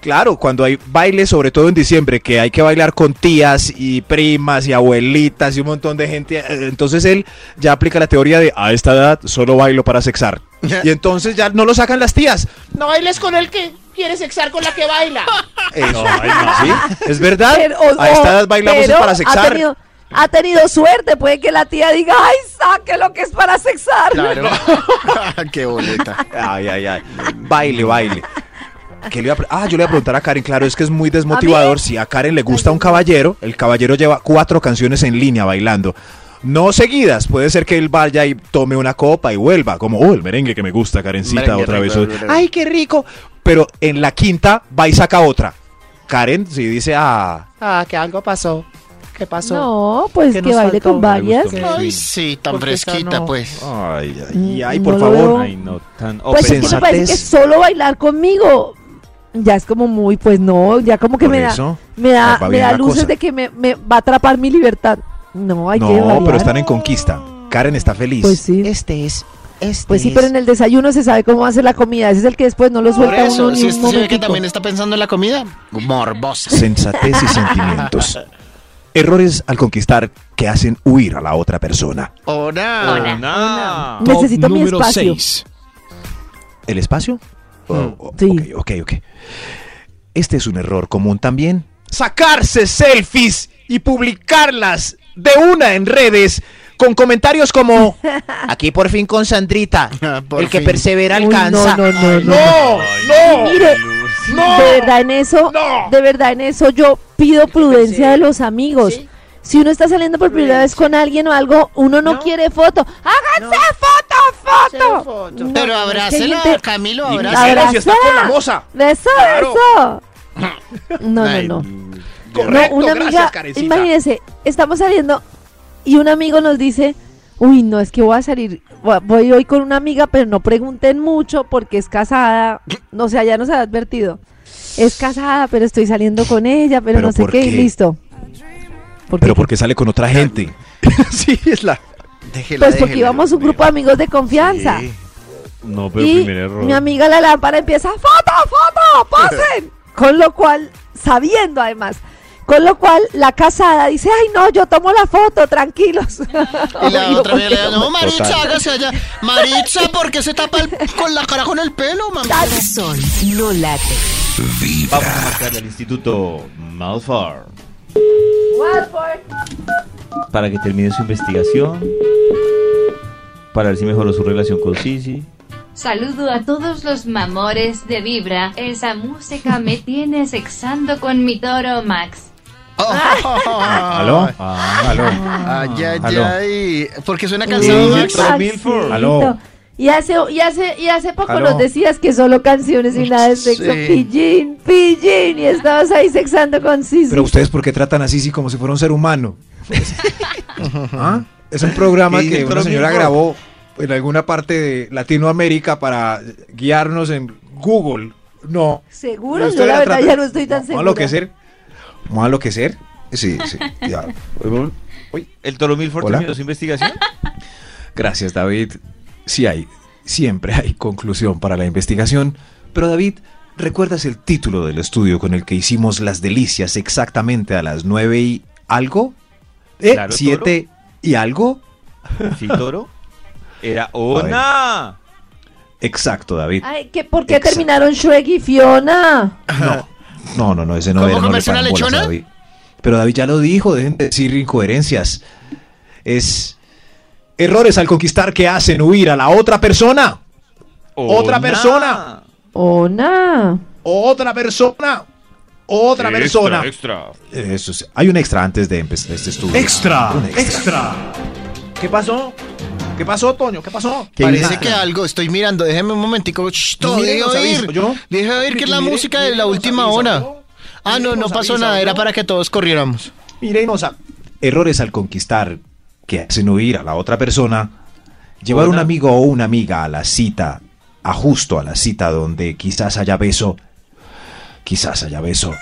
Speaker 5: Claro, cuando hay bailes, sobre todo en diciembre, que hay que bailar con tías y primas y abuelitas y un montón de gente, eh, entonces él ya aplica la teoría de a esta edad solo bailo para sexar. Y entonces ya no lo sacan las tías.
Speaker 8: No bailes con el que quiere sexar con la que baila. (laughs)
Speaker 5: Eso. ¿Sí? ¿Es verdad?
Speaker 4: Pero- o-
Speaker 5: a esta edad
Speaker 4: o-
Speaker 5: bailamos es
Speaker 4: pero
Speaker 5: para
Speaker 4: Ha
Speaker 5: sexar.
Speaker 4: tenido, ha tenido suerte, puede que la tía diga, ay, saque lo que es para sexar.
Speaker 7: Claro. (laughs) qué boleta.
Speaker 5: Ay, ay, ay. Baile, baile. ¿Qué le iba a pre- ah, yo le voy a preguntar a Karen, claro, es que es muy
Speaker 4: ¿A
Speaker 5: desmotivador.
Speaker 4: mí?
Speaker 5: Si a Karen le gusta un caballero, el caballero lleva cuatro canciones en línea bailando. No seguidas, puede ser que él vaya y tome una copa y vuelva, como, oh, el merengue que me gusta, Karencita,
Speaker 7: Merengue,
Speaker 5: otra vez.
Speaker 7: merengue, merengue.
Speaker 5: Ay, qué rico. Pero en la quinta va y saca otra. Karen, si dice, ah,
Speaker 8: Ah, que algo pasó. ¿Qué pasó?
Speaker 4: No, pues
Speaker 8: ¿Qué
Speaker 4: que,
Speaker 8: nos
Speaker 4: baile
Speaker 8: faltó?
Speaker 4: con varias.
Speaker 3: Me gustó.
Speaker 7: Ay, sí, tan
Speaker 8: Porque esa
Speaker 7: fresquita,
Speaker 8: no-
Speaker 7: pues.
Speaker 5: Ay, ay,
Speaker 4: Mm,
Speaker 5: ay, por
Speaker 4: no lo
Speaker 5: favor.
Speaker 4: veo.
Speaker 3: Ay, no tan
Speaker 4: Pues es que me
Speaker 5: Sensatez.
Speaker 4: parece que solo bailar conmigo ya es como muy, pues no, ya como que
Speaker 5: Por
Speaker 4: me da,
Speaker 5: eso,
Speaker 4: me da,
Speaker 5: nos va
Speaker 4: me
Speaker 5: bien
Speaker 4: da
Speaker 5: la
Speaker 4: luces
Speaker 5: cosa.
Speaker 4: de que me, me va a atrapar mi libertad. No, hay que
Speaker 5: No,
Speaker 4: variar.
Speaker 5: pero están en conquista. Karen está feliz.
Speaker 4: Pues sí.
Speaker 8: Este es. Este
Speaker 4: Pues sí,
Speaker 8: es.
Speaker 4: pero en el desayuno se sabe cómo hacer la comida. Ese es el que después no lo
Speaker 7: Por
Speaker 4: suelta
Speaker 7: eso,
Speaker 4: uno ni
Speaker 7: si
Speaker 4: un
Speaker 7: usted se ve que
Speaker 4: momentico.
Speaker 7: también está pensando en la comida, morbosa.
Speaker 5: (laughs) Sensatez y sentimientos. Errores al conquistar que hacen huir a la otra persona.
Speaker 7: Hola.
Speaker 6: Hola.
Speaker 3: Una.
Speaker 4: Una. Necesito
Speaker 9: Top
Speaker 4: mi
Speaker 9: número
Speaker 4: espacio.
Speaker 9: 6.
Speaker 5: ¿El espacio? Oh, oh,
Speaker 4: Mm, Sí.
Speaker 5: Ok, ok, ok. Este es un error común también. Sacarse selfies y publicarlas de una en redes con comentarios
Speaker 4: (laughs)
Speaker 5: como...
Speaker 8: Aquí por fin con Sandrita.
Speaker 7: Ah, (laughs) por
Speaker 8: el que
Speaker 7: fin.
Speaker 8: persevera
Speaker 4: Uy,
Speaker 8: alcanza.
Speaker 4: no, no, no, no. Mire,
Speaker 8: ¡No!
Speaker 4: de verdad en eso, de verdad en eso yo pido prudencia de los amigos. Si uno está saliendo por primera vez con alguien o algo, uno no, quiere foto. ¡Háganse foto, foto! No,
Speaker 7: Pero
Speaker 4: no, es que hay
Speaker 7: abrácela,
Speaker 4: gente-
Speaker 7: Camilo,
Speaker 5: Y
Speaker 7: abrácela.
Speaker 4: Abrazada.
Speaker 5: si está con la moza.
Speaker 4: ¡Beso,
Speaker 5: Claro.
Speaker 4: beso! No, no,
Speaker 7: Ay,
Speaker 4: no.
Speaker 5: Correcto,
Speaker 4: no, una amiga,
Speaker 5: gracias, Karencita.
Speaker 4: imagínese, estamos saliendo y un amigo nos dice, uy, no, es que voy a salir, voy- voy hoy con una amiga, pero no pregunten mucho porque es casada, no sé, ya nos ha advertido, es casada, pero estoy saliendo con ella, pero,
Speaker 5: ¿Pero
Speaker 4: no sé
Speaker 5: por
Speaker 4: qué, y
Speaker 5: qué?
Speaker 4: listo. ¿Por
Speaker 5: Pero
Speaker 4: qué?
Speaker 5: porque sale con otra
Speaker 4: (laughs)
Speaker 5: gente. sí, es la...
Speaker 7: Déjela,
Speaker 4: Pues porque
Speaker 7: déjela,
Speaker 4: íbamos un
Speaker 7: Dios
Speaker 4: grupo de amigos de confianza.
Speaker 7: Sí.
Speaker 3: No, pero
Speaker 4: Y
Speaker 3: primer error.
Speaker 4: mi amiga la lámpara empieza, foto, foto, pasen. Con lo cual, sabiendo además, con lo cual la casada dice, ay no, yo tomo la foto, tranquilos.
Speaker 7: (laughs) Y
Speaker 4: (laughs)
Speaker 7: la
Speaker 4: Yo,
Speaker 7: otra
Speaker 4: ¿por
Speaker 7: vez
Speaker 4: qué
Speaker 7: le da,
Speaker 4: no?
Speaker 7: no, Maritza,
Speaker 5: Total.
Speaker 7: hágase allá. Maritza, ¿por qué se tapa el- con la cara con el pelo, mamá?
Speaker 2: Corazón no late.
Speaker 3: Vamos a marcarle al Instituto Malfar para que termine su investigación. Para ver si mejoró su relación con Sisi.
Speaker 6: Saludo a todos los mamores de Vibra. Esa música me tiene sexando con mi toro Max.
Speaker 5: ¿Aló?
Speaker 3: Ah,
Speaker 7: Ay, ay,
Speaker 5: Aló.
Speaker 7: ay. Porque suena cansado,
Speaker 4: Uy,
Speaker 7: Max.
Speaker 3: Maxito
Speaker 4: Maxito.
Speaker 3: Milford.
Speaker 5: Aló.
Speaker 4: Y hace, y, hace, y hace poco
Speaker 5: Aló.
Speaker 4: nos decías que solo canciones y nada de sexo.
Speaker 7: Sí.
Speaker 4: Pillín, pillín. Y estabas ahí sexando con Sisi.
Speaker 5: Pero ustedes, ¿por qué tratan a Sisi como si fuera un ser humano? ¿Ah? Es un programa
Speaker 3: ¿Qué dice
Speaker 5: que
Speaker 3: el
Speaker 5: una señora
Speaker 3: domingo?
Speaker 5: grabó en alguna parte de Latinoamérica para guiarnos en Google. No.
Speaker 4: Seguro, yo
Speaker 5: Ustedes
Speaker 4: la verdad
Speaker 5: tratan-
Speaker 4: ya no estoy tan
Speaker 5: ¿Vamos a
Speaker 4: seguro.
Speaker 5: enloquecer? ¿Vamos a enloquecer? Sí, sí. ya.
Speaker 3: ¿El Toro Milford
Speaker 5: Hola.
Speaker 3: terminó su investigación?
Speaker 5: Gracias, David. Sí hay, siempre hay conclusión para la investigación. Pero David, ¿recuerdas el título del estudio con el que hicimos las delicias exactamente a las nueve y algo? ¿Eh?
Speaker 3: Claro,
Speaker 5: ¿Siete y algo?
Speaker 3: Sí, Toro. Era Ona.
Speaker 5: Exacto, David.
Speaker 7: Ah.
Speaker 4: Ay, ¿qué, ¿por qué
Speaker 5: Exacto.
Speaker 4: terminaron Shrek y Fiona?
Speaker 5: No, no, no, no, ese no
Speaker 7: ¿Cómo
Speaker 5: era. No le
Speaker 7: comerse una
Speaker 5: paran bolas a
Speaker 7: lechona?
Speaker 5: David. Pero David ya lo dijo, dejen de decir incoherencias. Es errores al conquistar que hacen huir a la otra persona. Otra persona.
Speaker 4: Ona.
Speaker 5: Otra persona. Otra persona.
Speaker 3: Extra.
Speaker 5: Eso sí, Hay un extra antes de empezar este estudio.
Speaker 8: Extra,
Speaker 5: Un extra.
Speaker 8: ¿Qué pasó? ¿Qué pasó, Toño? ¿Qué pasó?
Speaker 7: Parece que algo, estoy mirando, déjeme un momentico. Shh, todo,
Speaker 5: Mire,
Speaker 7: deje
Speaker 5: los
Speaker 7: oír.
Speaker 5: aviso, ¿yo?
Speaker 7: Deje oír que es la
Speaker 5: Mire,
Speaker 7: música
Speaker 5: mire,
Speaker 7: de la
Speaker 5: los
Speaker 7: última
Speaker 5: avisa,
Speaker 7: hora.
Speaker 5: ¿yo?
Speaker 7: Ah, no,
Speaker 5: Mire,
Speaker 7: no
Speaker 5: los
Speaker 7: pasó
Speaker 5: avisa,
Speaker 7: nada, era
Speaker 5: ¿yo?
Speaker 7: para que todos corriéramos.
Speaker 5: Miremos a- Errores al conquistar que hacen huir a la otra persona. Llevar un
Speaker 3: Hola.
Speaker 5: amigo o una amiga a la cita, a justo a la cita donde quizás haya beso. Quizás haya beso.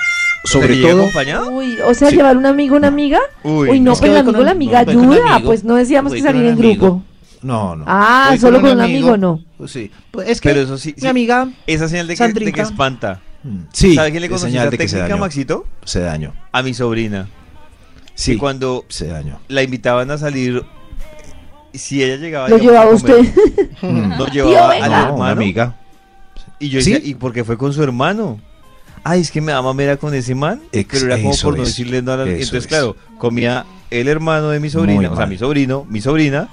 Speaker 5: Sobre todo,
Speaker 3: acompañado?
Speaker 4: Uy, o sea,
Speaker 5: Sí.
Speaker 4: llevar un amigo, una amiga.
Speaker 3: Uy,
Speaker 4: Uy, no,
Speaker 3: no.
Speaker 4: pero el
Speaker 8: Voy con
Speaker 4: amigo, la
Speaker 8: un-
Speaker 4: amiga
Speaker 8: voy con un
Speaker 4: ayuda.
Speaker 8: amigo.
Speaker 4: Pues no decíamos
Speaker 8: Voy
Speaker 4: que
Speaker 8: con
Speaker 4: salir
Speaker 8: un
Speaker 4: en
Speaker 8: amigo.
Speaker 4: grupo.
Speaker 5: no, no.
Speaker 4: Ah,
Speaker 8: Voy
Speaker 4: solo con un amigo no.
Speaker 8: Pues sí. Pues es que
Speaker 3: Pero eso sí,
Speaker 8: mi
Speaker 3: sí.
Speaker 8: amiga
Speaker 3: Esa señal de que, de
Speaker 8: Sandrita.
Speaker 3: que espanta.
Speaker 5: Mm. Sí,
Speaker 3: ¿Sabe quién le
Speaker 5: es
Speaker 3: conocí
Speaker 5: señal
Speaker 3: esa
Speaker 5: de que se
Speaker 3: técnica,
Speaker 5: dañó.
Speaker 3: Maxito?
Speaker 5: Se dañó.
Speaker 3: A mi sobrina.
Speaker 5: Sí,
Speaker 3: Que cuando
Speaker 5: se dañó.
Speaker 3: la invitaban a salir, si ella llegaba...
Speaker 4: Lo
Speaker 3: digamos,
Speaker 4: llevaba
Speaker 3: a comer,
Speaker 4: usted.
Speaker 5: Mm.
Speaker 3: Lo llevaba
Speaker 4: venga.
Speaker 3: al
Speaker 5: No, una
Speaker 3: hermano.
Speaker 5: amiga.
Speaker 3: Y yo decía,
Speaker 5: ¿Sí?
Speaker 3: ¿y por qué fue con su hermano? Ay, es que me da mamera con ese man.
Speaker 5: Ex-
Speaker 3: pero era como
Speaker 5: eso
Speaker 3: por no
Speaker 5: es,
Speaker 3: decirle nada.
Speaker 5: eso
Speaker 3: Entonces,
Speaker 5: es.
Speaker 3: claro, comía el hermano de mi
Speaker 5: Muy
Speaker 3: sobrina, o sea,
Speaker 5: mal.
Speaker 3: mi sobrino, mi sobrina.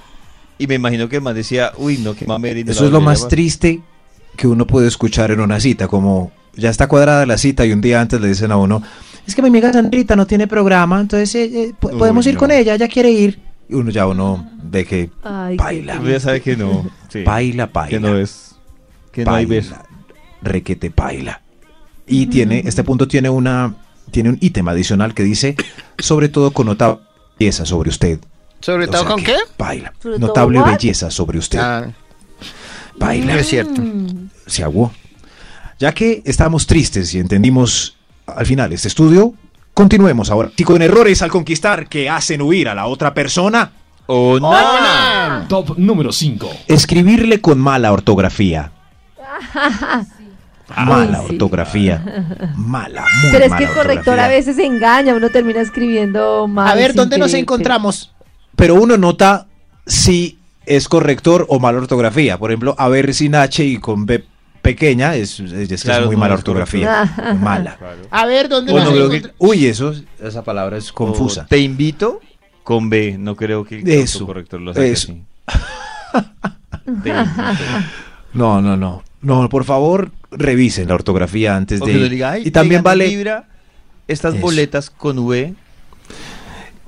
Speaker 3: Y me imagino que el man decía, uy, no, qué mamera. y no
Speaker 5: Eso
Speaker 3: la
Speaker 5: es lo
Speaker 3: volví a
Speaker 5: más
Speaker 3: llamar".
Speaker 5: triste que uno puede escuchar en una cita, como ya está cuadrada la cita y un día antes le dicen a uno,
Speaker 8: Es que mi amiga Sandrita no tiene programa, entonces eh, eh, po-
Speaker 5: Uy,
Speaker 8: podemos ir
Speaker 5: no.
Speaker 8: con ella, ella quiere ir.
Speaker 5: y uno ya uno ve que
Speaker 4: Ay, qué
Speaker 5: Baila.
Speaker 3: Uno ya sabe que
Speaker 5: (laughs)
Speaker 3: no. sí,
Speaker 5: paila, paila,
Speaker 3: Que no es. Que no hay beso.
Speaker 4: Mm.
Speaker 5: paila, requete paila. Y tiene, este punto tiene una tiene un ítem adicional que dice, sobre todo con notable belleza sobre usted.
Speaker 7: ¿Sobre
Speaker 5: O
Speaker 7: todo
Speaker 5: sea
Speaker 7: con
Speaker 5: que
Speaker 7: qué?
Speaker 5: Baila.
Speaker 4: ¿Sobre todo
Speaker 5: Notable
Speaker 4: what?
Speaker 5: belleza sobre usted.
Speaker 7: Ah,
Speaker 5: Baila.
Speaker 7: no
Speaker 4: Mm.
Speaker 7: es cierto.
Speaker 5: se aguó. Ya que estábamos tristes y entendimos al final este estudio, continuemos ahora. Si con errores al conquistar que hacen huir a la otra persona,
Speaker 3: ¡Oh, no!
Speaker 9: Top número 5.
Speaker 5: escribirle con mala
Speaker 4: (laughs)
Speaker 5: ortografía. Mala
Speaker 4: Uy, sí.
Speaker 5: ortografía. Mala, muy
Speaker 4: Pero es
Speaker 5: mala
Speaker 4: que el corrector
Speaker 5: ortografía.
Speaker 4: a veces se engaña, uno termina escribiendo mal.
Speaker 8: A ver,
Speaker 4: sin
Speaker 8: ¿dónde nos
Speaker 4: querer, pero-
Speaker 8: encontramos?
Speaker 5: Pero uno nota si es corrector o mala ortografía. Por ejemplo, a ver sin H y con B pequeña es, es- es que es
Speaker 3: Claro,
Speaker 5: muy
Speaker 3: no
Speaker 5: mala
Speaker 3: es
Speaker 5: ortografía.
Speaker 4: (laughs)
Speaker 5: Mala.
Speaker 8: A ver, ¿dónde
Speaker 3: Oh,
Speaker 8: nos
Speaker 3: no, creo que-
Speaker 8: encontramos?
Speaker 5: Uy, eso, esa palabra es confusa.
Speaker 3: O Te invito con B. No creo que el
Speaker 5: Eso,
Speaker 3: corrector lo saque
Speaker 5: eso.
Speaker 3: así.
Speaker 5: (laughs)
Speaker 3: Te invito.
Speaker 5: No, no, no. No, por favor, revisen la ortografía antes
Speaker 3: O
Speaker 5: de.
Speaker 3: que uno diga, "Ay,
Speaker 5: y también
Speaker 3: tengan
Speaker 5: vale.
Speaker 3: Vibra, estas
Speaker 5: Eso.
Speaker 3: boletas con V.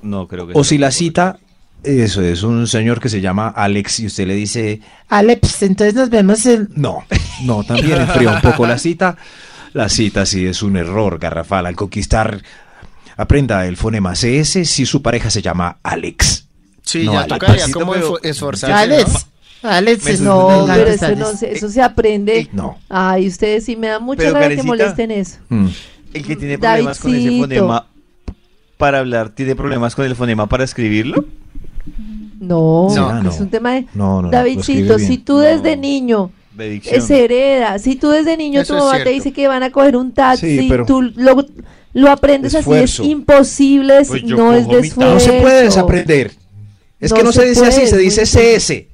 Speaker 3: No creo que.
Speaker 5: o
Speaker 3: sea
Speaker 5: si la
Speaker 3: correcto.
Speaker 5: cita. Eso es un señor que se llama Alex y usted le dice.
Speaker 8: Alex, entonces nos vemos en...
Speaker 5: No, no,
Speaker 3: (laughs)
Speaker 5: también enfría un poco la cita. La cita sí es un error garrafal al conquistar. Aprenda el fonema CS si su pareja se llama Alex.
Speaker 7: Sí,
Speaker 5: No,
Speaker 7: ya
Speaker 5: al
Speaker 7: tocaría
Speaker 3: pasito,
Speaker 7: como
Speaker 3: pero-
Speaker 7: esfo- esforzarse.
Speaker 8: Alex, Alex,
Speaker 4: No, pero
Speaker 8: Alex,
Speaker 4: eso, no,
Speaker 8: Alex.
Speaker 4: se- eso se aprende.
Speaker 5: No.
Speaker 4: Ay, ustedes sí me da mucha
Speaker 3: Pero,
Speaker 4: rabia que
Speaker 3: Karencita,
Speaker 4: molesten eso.
Speaker 5: Mm.
Speaker 3: El que tiene problemas con ese
Speaker 4: Davidcito.
Speaker 3: fonema para hablar, ¿tiene problemas con el fonema para escribirlo?
Speaker 4: No,
Speaker 5: No, no.
Speaker 4: es un tema de...
Speaker 5: No, no, no, lo
Speaker 4: Davidcito,
Speaker 5: escribe
Speaker 4: si
Speaker 5: bien.
Speaker 4: tú desde
Speaker 3: No.
Speaker 4: niño
Speaker 3: De dicción.
Speaker 4: eh, se hereda, si tú desde niño
Speaker 7: Eso
Speaker 4: tu
Speaker 7: es
Speaker 4: mamá te
Speaker 7: cierto.
Speaker 4: dice que van a coger un taxi,
Speaker 5: Sí, pero-
Speaker 4: tú lo, lo aprendes
Speaker 5: Esfuerzo.
Speaker 4: así, es imposible, es-
Speaker 3: Pues yo
Speaker 4: no es
Speaker 3: cojo
Speaker 4: de
Speaker 3: mi
Speaker 4: esfuerzo.
Speaker 5: Ah, No se puede desaprender. Es
Speaker 4: No
Speaker 5: que no se,
Speaker 4: se
Speaker 5: dice
Speaker 4: puede,
Speaker 5: así, se
Speaker 4: muy
Speaker 5: dice
Speaker 4: difícil.
Speaker 5: CS.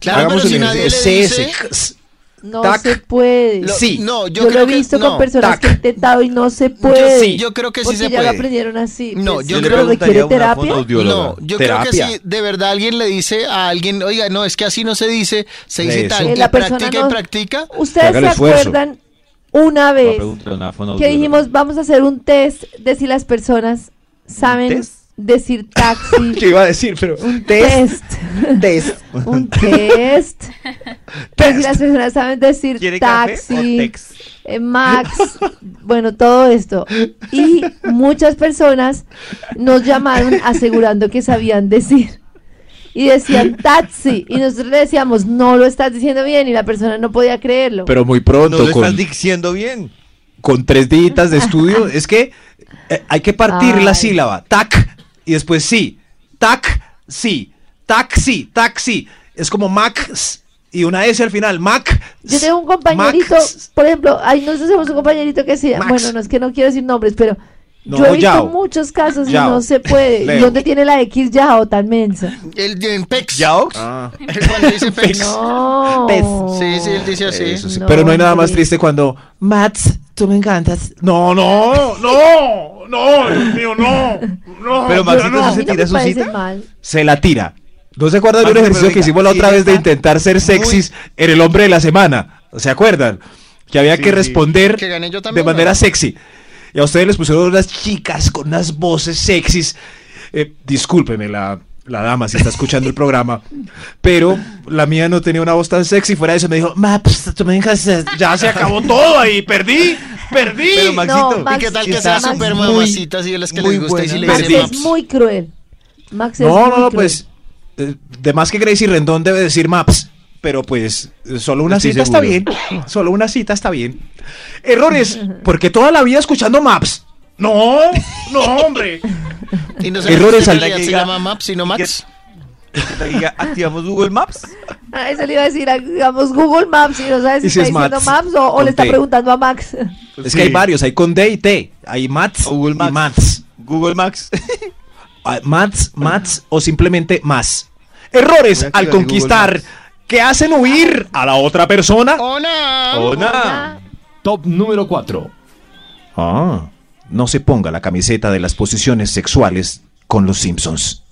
Speaker 7: Claro, pero
Speaker 5: Hagamos un
Speaker 7: si
Speaker 5: ejemplo,
Speaker 7: nadie le dice-
Speaker 5: CS.
Speaker 4: No
Speaker 5: Tac.
Speaker 4: se puede.
Speaker 7: Lo-
Speaker 5: Sí.
Speaker 7: No, yo,
Speaker 4: yo
Speaker 7: creo
Speaker 4: lo he
Speaker 7: que-
Speaker 4: visto
Speaker 7: no.
Speaker 4: con personas
Speaker 5: tac.
Speaker 4: que han intentado y no se puede.
Speaker 7: sí, yo creo que sí
Speaker 4: porque
Speaker 7: se
Speaker 4: ya lo
Speaker 7: puede.
Speaker 4: aprendieron así.
Speaker 7: No,
Speaker 4: Pues,
Speaker 7: yo
Speaker 4: ¿pero
Speaker 7: creo-
Speaker 4: requiere
Speaker 3: preguntaría a una
Speaker 4: terapia.
Speaker 3: fonoaudióloga.
Speaker 7: No, yo creo
Speaker 5: Terapia.
Speaker 7: que si de verdad alguien le dice a alguien, oiga, no, es que así no se dice, se dice
Speaker 5: Eso.
Speaker 7: tal,
Speaker 4: Eh,
Speaker 7: y
Speaker 4: la persona
Speaker 7: practica
Speaker 4: no-
Speaker 7: y practica.
Speaker 4: Ustedes
Speaker 5: Hágale
Speaker 4: se
Speaker 5: esfuerzo.
Speaker 4: acuerdan una
Speaker 3: Voy a
Speaker 4: vez
Speaker 3: preguntarle a una
Speaker 4: que
Speaker 3: fonoaudióloga.
Speaker 4: pues, dijimos vamos a hacer un test de si las personas saben
Speaker 3: test?
Speaker 4: decir
Speaker 5: (laughs)
Speaker 4: taxi.
Speaker 5: Yo iba a decir, pero.
Speaker 4: un test. (laughs) un test. Que si las personas saben decir
Speaker 3: ¿Quiere café o
Speaker 4: taxi,
Speaker 3: text?
Speaker 4: eh, Max, bueno, todo esto. Y muchas personas nos llamaron asegurando que sabían decir. Y decían taxi. Y nosotros le decíamos, no lo estás diciendo bien. Y la persona no podía creerlo.
Speaker 5: Pero muy
Speaker 3: No
Speaker 5: pronto,
Speaker 3: lo estás
Speaker 5: con,
Speaker 3: diciendo bien.
Speaker 5: con tres días de estudio, es que eh, hay que partir la
Speaker 4: Ay.
Speaker 5: sílaba. Tac y después sí. Tac, sí. Taxi, taxi. Es como Max y una S al final. Mac.
Speaker 4: Yo tengo un compañerito,
Speaker 5: Max.
Speaker 4: por ejemplo, ahí nosotros tenemos un compañerito que se llama,
Speaker 5: Max.
Speaker 4: bueno, no es que no quiero decir nombres, pero
Speaker 5: No,
Speaker 4: yo he visto
Speaker 5: Yao.
Speaker 4: muchos casos
Speaker 5: Yao.
Speaker 4: y no se puede.
Speaker 5: Leo.
Speaker 4: ¿Y dónde tiene la X Yao tan mensa?
Speaker 7: El en Pex.
Speaker 3: ¿Yaox?
Speaker 5: (laughs)
Speaker 7: Cuando dice Pex.
Speaker 4: No.
Speaker 7: Sí, sí, él dice así.
Speaker 5: Eso sí,
Speaker 4: No,
Speaker 5: pero no hay nada más
Speaker 4: hombre.
Speaker 5: triste cuando.
Speaker 8: Mats, tú me encantas.
Speaker 5: No, no, no, no, Dios mío, no. no
Speaker 3: Pero Maxito
Speaker 4: A
Speaker 3: se
Speaker 4: mí no
Speaker 3: tira
Speaker 4: me
Speaker 3: su
Speaker 4: parece
Speaker 3: cita.
Speaker 4: mal.
Speaker 5: Se la tira. ¿No se acuerdan de un
Speaker 3: Maxito,
Speaker 5: ejercicio
Speaker 3: pero
Speaker 5: que
Speaker 3: venga,
Speaker 5: hicimos la otra
Speaker 3: sí,
Speaker 5: vez de
Speaker 3: está
Speaker 5: intentar ser sexys en el hombre de la semana? ¿Se acuerdan? Que había
Speaker 3: Sí,
Speaker 5: que
Speaker 3: sí.
Speaker 5: responder
Speaker 7: Que gané yo
Speaker 5: de
Speaker 7: también,
Speaker 5: manera
Speaker 7: ¿no?
Speaker 5: sexy. Y a ustedes les pusieron unas chicas con unas voces sexys. Eh, discúlpeme la, la dama si está escuchando el programa, pero la mía no tenía una voz tan sexy. Fuera de eso me dijo, Maps, tú me dejas... Ya se acabó todo ahí, perdí, perdí.
Speaker 3: Pero Maxito,
Speaker 4: Max-
Speaker 7: ¿Y qué tal
Speaker 3: sí
Speaker 7: que
Speaker 3: está
Speaker 7: sea
Speaker 4: Max
Speaker 7: super
Speaker 4: muy-
Speaker 7: mamacita si de las que
Speaker 3: muy
Speaker 7: les gusta y si
Speaker 3: buena.
Speaker 7: le
Speaker 4: Max
Speaker 7: dice
Speaker 4: es
Speaker 7: Maps?
Speaker 4: muy cruel. Max es
Speaker 5: No,
Speaker 4: muy
Speaker 5: no, no,
Speaker 4: cruel.
Speaker 5: pues. eh, De más que Gracie Rendón debe decir maps. Pero pues, eh, solo una
Speaker 3: Estoy
Speaker 5: cita
Speaker 3: seguro.
Speaker 5: está bien. (coughs) Solo una cita está bien. Errores, porque toda la vida escuchando maps. No, no,
Speaker 3: (laughs)
Speaker 5: hombre.
Speaker 7: Y no
Speaker 5: Errores
Speaker 7: Errores
Speaker 5: al-
Speaker 7: al se llama Maps, sino Max.
Speaker 3: Diga, Activamos Google Maps.
Speaker 4: Ah, Eso le iba a decir, digamos, Google Maps y no sabes si
Speaker 5: Y si
Speaker 4: está
Speaker 5: es
Speaker 4: diciendo
Speaker 5: Max,
Speaker 4: Maps o, o
Speaker 5: con
Speaker 4: le está
Speaker 5: T.
Speaker 4: preguntando a Max.
Speaker 5: Es
Speaker 3: Pues
Speaker 5: que hay varios, hay con D y T. Hay mats
Speaker 3: O Google
Speaker 5: y
Speaker 3: Maps.
Speaker 5: mats.
Speaker 3: Google Maps.
Speaker 5: Ah, Mats, mats o simplemente más. Errores
Speaker 3: Voy a
Speaker 5: al
Speaker 3: activar
Speaker 5: conquistar
Speaker 3: Google
Speaker 5: que hacen huir a la otra persona.
Speaker 7: ¡Hola!
Speaker 3: Hola.
Speaker 9: Top número 4.
Speaker 5: Ah, no se ponga la camiseta de las posiciones sexuales con los Simpsons.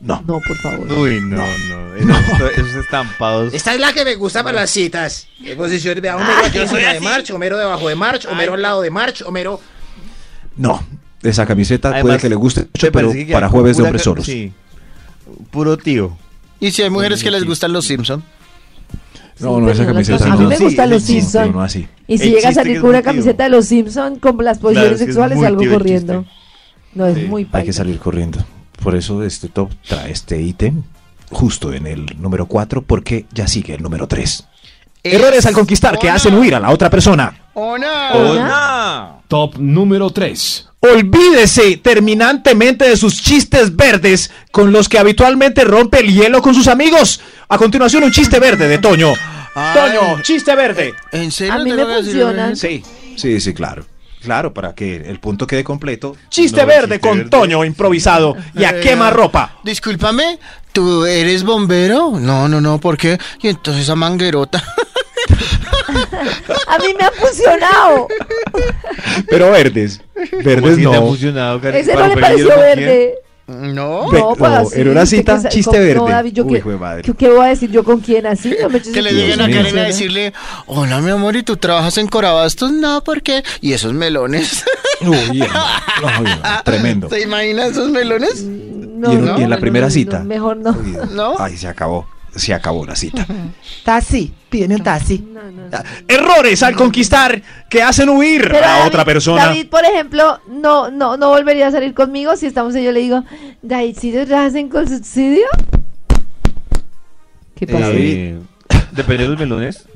Speaker 5: No.
Speaker 4: No, por favor.
Speaker 3: Uy, no, no. Esos, esos estampados.
Speaker 8: Esta es la que me gusta para las citas. Ah, ¿Qué posición de Homero aquí encima de March, Homero debajo de March, Homero al lado de March, Homero.
Speaker 5: No, esa camiseta puede
Speaker 3: Además,
Speaker 5: que le guste mucho,
Speaker 3: me
Speaker 5: pero
Speaker 3: parece que
Speaker 5: para
Speaker 3: queda
Speaker 5: jueves de
Speaker 3: pura
Speaker 5: hombres
Speaker 3: ca-
Speaker 5: solos.
Speaker 3: Sí. Puro tío.
Speaker 7: Y si hay mujeres que les gustan los Simpsons.
Speaker 5: No, no,
Speaker 4: Sí,
Speaker 5: esa
Speaker 4: pero
Speaker 5: camiseta
Speaker 4: las-
Speaker 5: no.
Speaker 4: A mí me
Speaker 3: Sí,
Speaker 4: gustan los
Speaker 3: sí, sí,
Speaker 5: No,
Speaker 4: Simpsons.
Speaker 5: no así.
Speaker 4: Y si
Speaker 3: El chiste
Speaker 4: llega a
Speaker 3: que
Speaker 4: salir
Speaker 3: es
Speaker 4: con una
Speaker 3: multivo.
Speaker 4: camiseta de los Simpson con las
Speaker 3: Claro, es
Speaker 4: posiciones
Speaker 3: que es
Speaker 4: sexuales,
Speaker 3: muy
Speaker 4: algo
Speaker 3: tío el
Speaker 4: corriendo.
Speaker 3: chiste.
Speaker 4: No, es
Speaker 5: Sí,
Speaker 4: muy
Speaker 5: Hay que
Speaker 4: paila.
Speaker 5: salir corriendo. Por eso este top trae este ítem justo en el número 4 porque ya sigue el número 3. Errores al conquistar que
Speaker 7: Hola.
Speaker 5: hacen huir a la otra persona.
Speaker 7: ¡Oh, no!
Speaker 3: ¡Hola!
Speaker 9: Top número 3.
Speaker 5: Olvídese terminantemente de sus chistes verdes con los que habitualmente rompe el hielo con sus amigos. A continuación un chiste verde de Toño.
Speaker 7: Ay.
Speaker 5: Toño, chiste verde.
Speaker 7: ¿En serio?
Speaker 4: A
Speaker 7: te
Speaker 4: mí me
Speaker 7: lo voy a decir?
Speaker 4: funcionan.
Speaker 5: Sí, sí, sí, claro. Claro, para que el punto quede completo.
Speaker 3: Chiste
Speaker 5: Chiste
Speaker 3: No, verde
Speaker 5: verde
Speaker 3: chiste con
Speaker 5: con
Speaker 3: verde. Toño
Speaker 5: Toño improvisado y a
Speaker 7: Eh,
Speaker 5: quema ropa.
Speaker 7: Discúlpame, ¿tú eres bombero? No, no, no, ¿por qué? Y entonces esa manguerota. (laughs)
Speaker 4: A mí me ha funcionado.
Speaker 5: Pero verdes.
Speaker 3: ¿Cómo así te ha funcionado, Karen?
Speaker 4: Ese no
Speaker 3: Para
Speaker 4: le
Speaker 3: pedir
Speaker 4: pareció
Speaker 3: con quién.
Speaker 4: verde.
Speaker 7: no.
Speaker 5: Ve-
Speaker 4: No, pues
Speaker 5: no,
Speaker 4: así,
Speaker 5: en una
Speaker 4: dice que
Speaker 5: cita,
Speaker 4: sa-
Speaker 5: chiste
Speaker 4: con- No,
Speaker 5: verde.
Speaker 4: David, yo
Speaker 5: Uy,
Speaker 4: qué,
Speaker 5: hijo de madre.
Speaker 4: yo qué voy a decir yo con quién así. No, me
Speaker 7: (laughs) Que le
Speaker 5: Dios
Speaker 7: lleguen a
Speaker 5: mío.
Speaker 7: Karen a decirle, hola mi amor, ¿y tú trabajas en Corabastos? No, ¿por qué? Y esos melones.
Speaker 5: Uy, hermano. Uy,
Speaker 4: (laughs)
Speaker 5: hermano,
Speaker 7: (laughs)
Speaker 5: tremendo.
Speaker 7: ¿Te imaginas esos melones?
Speaker 4: No,
Speaker 5: y, en,
Speaker 4: no,
Speaker 5: y en la
Speaker 4: no,
Speaker 5: primera
Speaker 4: no, no,
Speaker 5: cita.
Speaker 4: mejor no.
Speaker 5: Uy,
Speaker 7: ¿No?
Speaker 5: Ay, se acabó. Se acabó la cita.
Speaker 2: Taxi, piden un taxi.
Speaker 4: No, no.
Speaker 5: Errores al conquistar que hacen huir
Speaker 4: Pero
Speaker 5: a
Speaker 4: David-
Speaker 5: otra persona.
Speaker 4: David, por ejemplo, no, no, no volvería a salir conmigo si estamos y yo le digo, David, si te hacen con subsidio? ¿Qué pasa?
Speaker 3: Eh, Depende de los melones.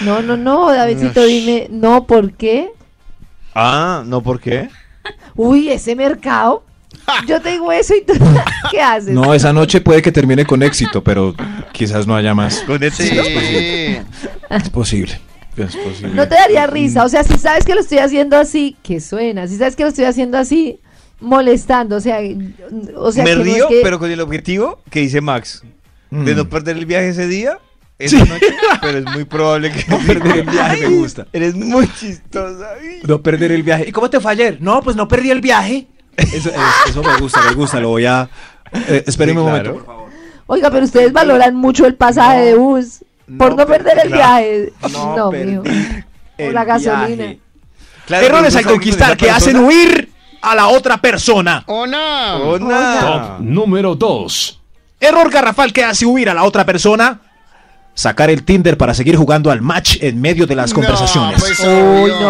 Speaker 4: No, no, no, Davidcito, dime, no, ¿por qué?
Speaker 3: Ah, no, ¿por qué?
Speaker 4: Uy, ese
Speaker 7: (laughs)
Speaker 4: mercado. Yo te digo eso y tú, (laughs) ¿qué haces?
Speaker 5: No, esa noche puede que termine con éxito, pero quizás no haya más.
Speaker 3: Con este el
Speaker 7: Sí.
Speaker 5: Es posible. Es posible.
Speaker 4: No te daría risa. O sea, si sabes que lo estoy haciendo así, que suena. Si sabes que lo estoy haciendo así, molestando. O sea, o sea
Speaker 3: me
Speaker 4: que no es
Speaker 3: río,
Speaker 4: que-
Speaker 3: pero con el objetivo que dice Max, de
Speaker 5: Mm.
Speaker 3: no perder el viaje ese día, esa noche, pero es muy probable
Speaker 5: (laughs)
Speaker 3: que no
Speaker 5: perder
Speaker 3: (laughs)
Speaker 5: el viaje, me gusta.
Speaker 3: Eres muy chistosa. ay.
Speaker 5: No perder el viaje. ¿Y cómo te fue ayer? No, pues no perdí el viaje. Eso, es- eso me gusta, me gusta. Lo voy a. Eh, esperen
Speaker 3: Sí,
Speaker 5: un
Speaker 3: claro.
Speaker 5: momento, por favor.
Speaker 4: Oiga, pero ustedes valoran mucho el pasaje de bus por no,
Speaker 5: no,
Speaker 4: perder el
Speaker 5: claro.
Speaker 4: viaje. No,
Speaker 5: No,
Speaker 4: mijo.
Speaker 5: perdí
Speaker 4: O la
Speaker 5: el
Speaker 4: gasolina.
Speaker 5: viaje.
Speaker 3: Claro, pero
Speaker 5: Errores al
Speaker 3: tú sabes
Speaker 5: conquistar
Speaker 3: esa
Speaker 5: que hacen
Speaker 3: persona-
Speaker 5: huir a la otra persona.
Speaker 7: ¡Oh, no!
Speaker 3: Oh, no.
Speaker 9: Top número 2.
Speaker 5: Error garrafal que hace huir a la otra persona. Sacar el Tinder para seguir jugando al match en medio de las
Speaker 7: No,
Speaker 5: conversaciones.
Speaker 7: pues,
Speaker 4: Uy,
Speaker 7: obvio.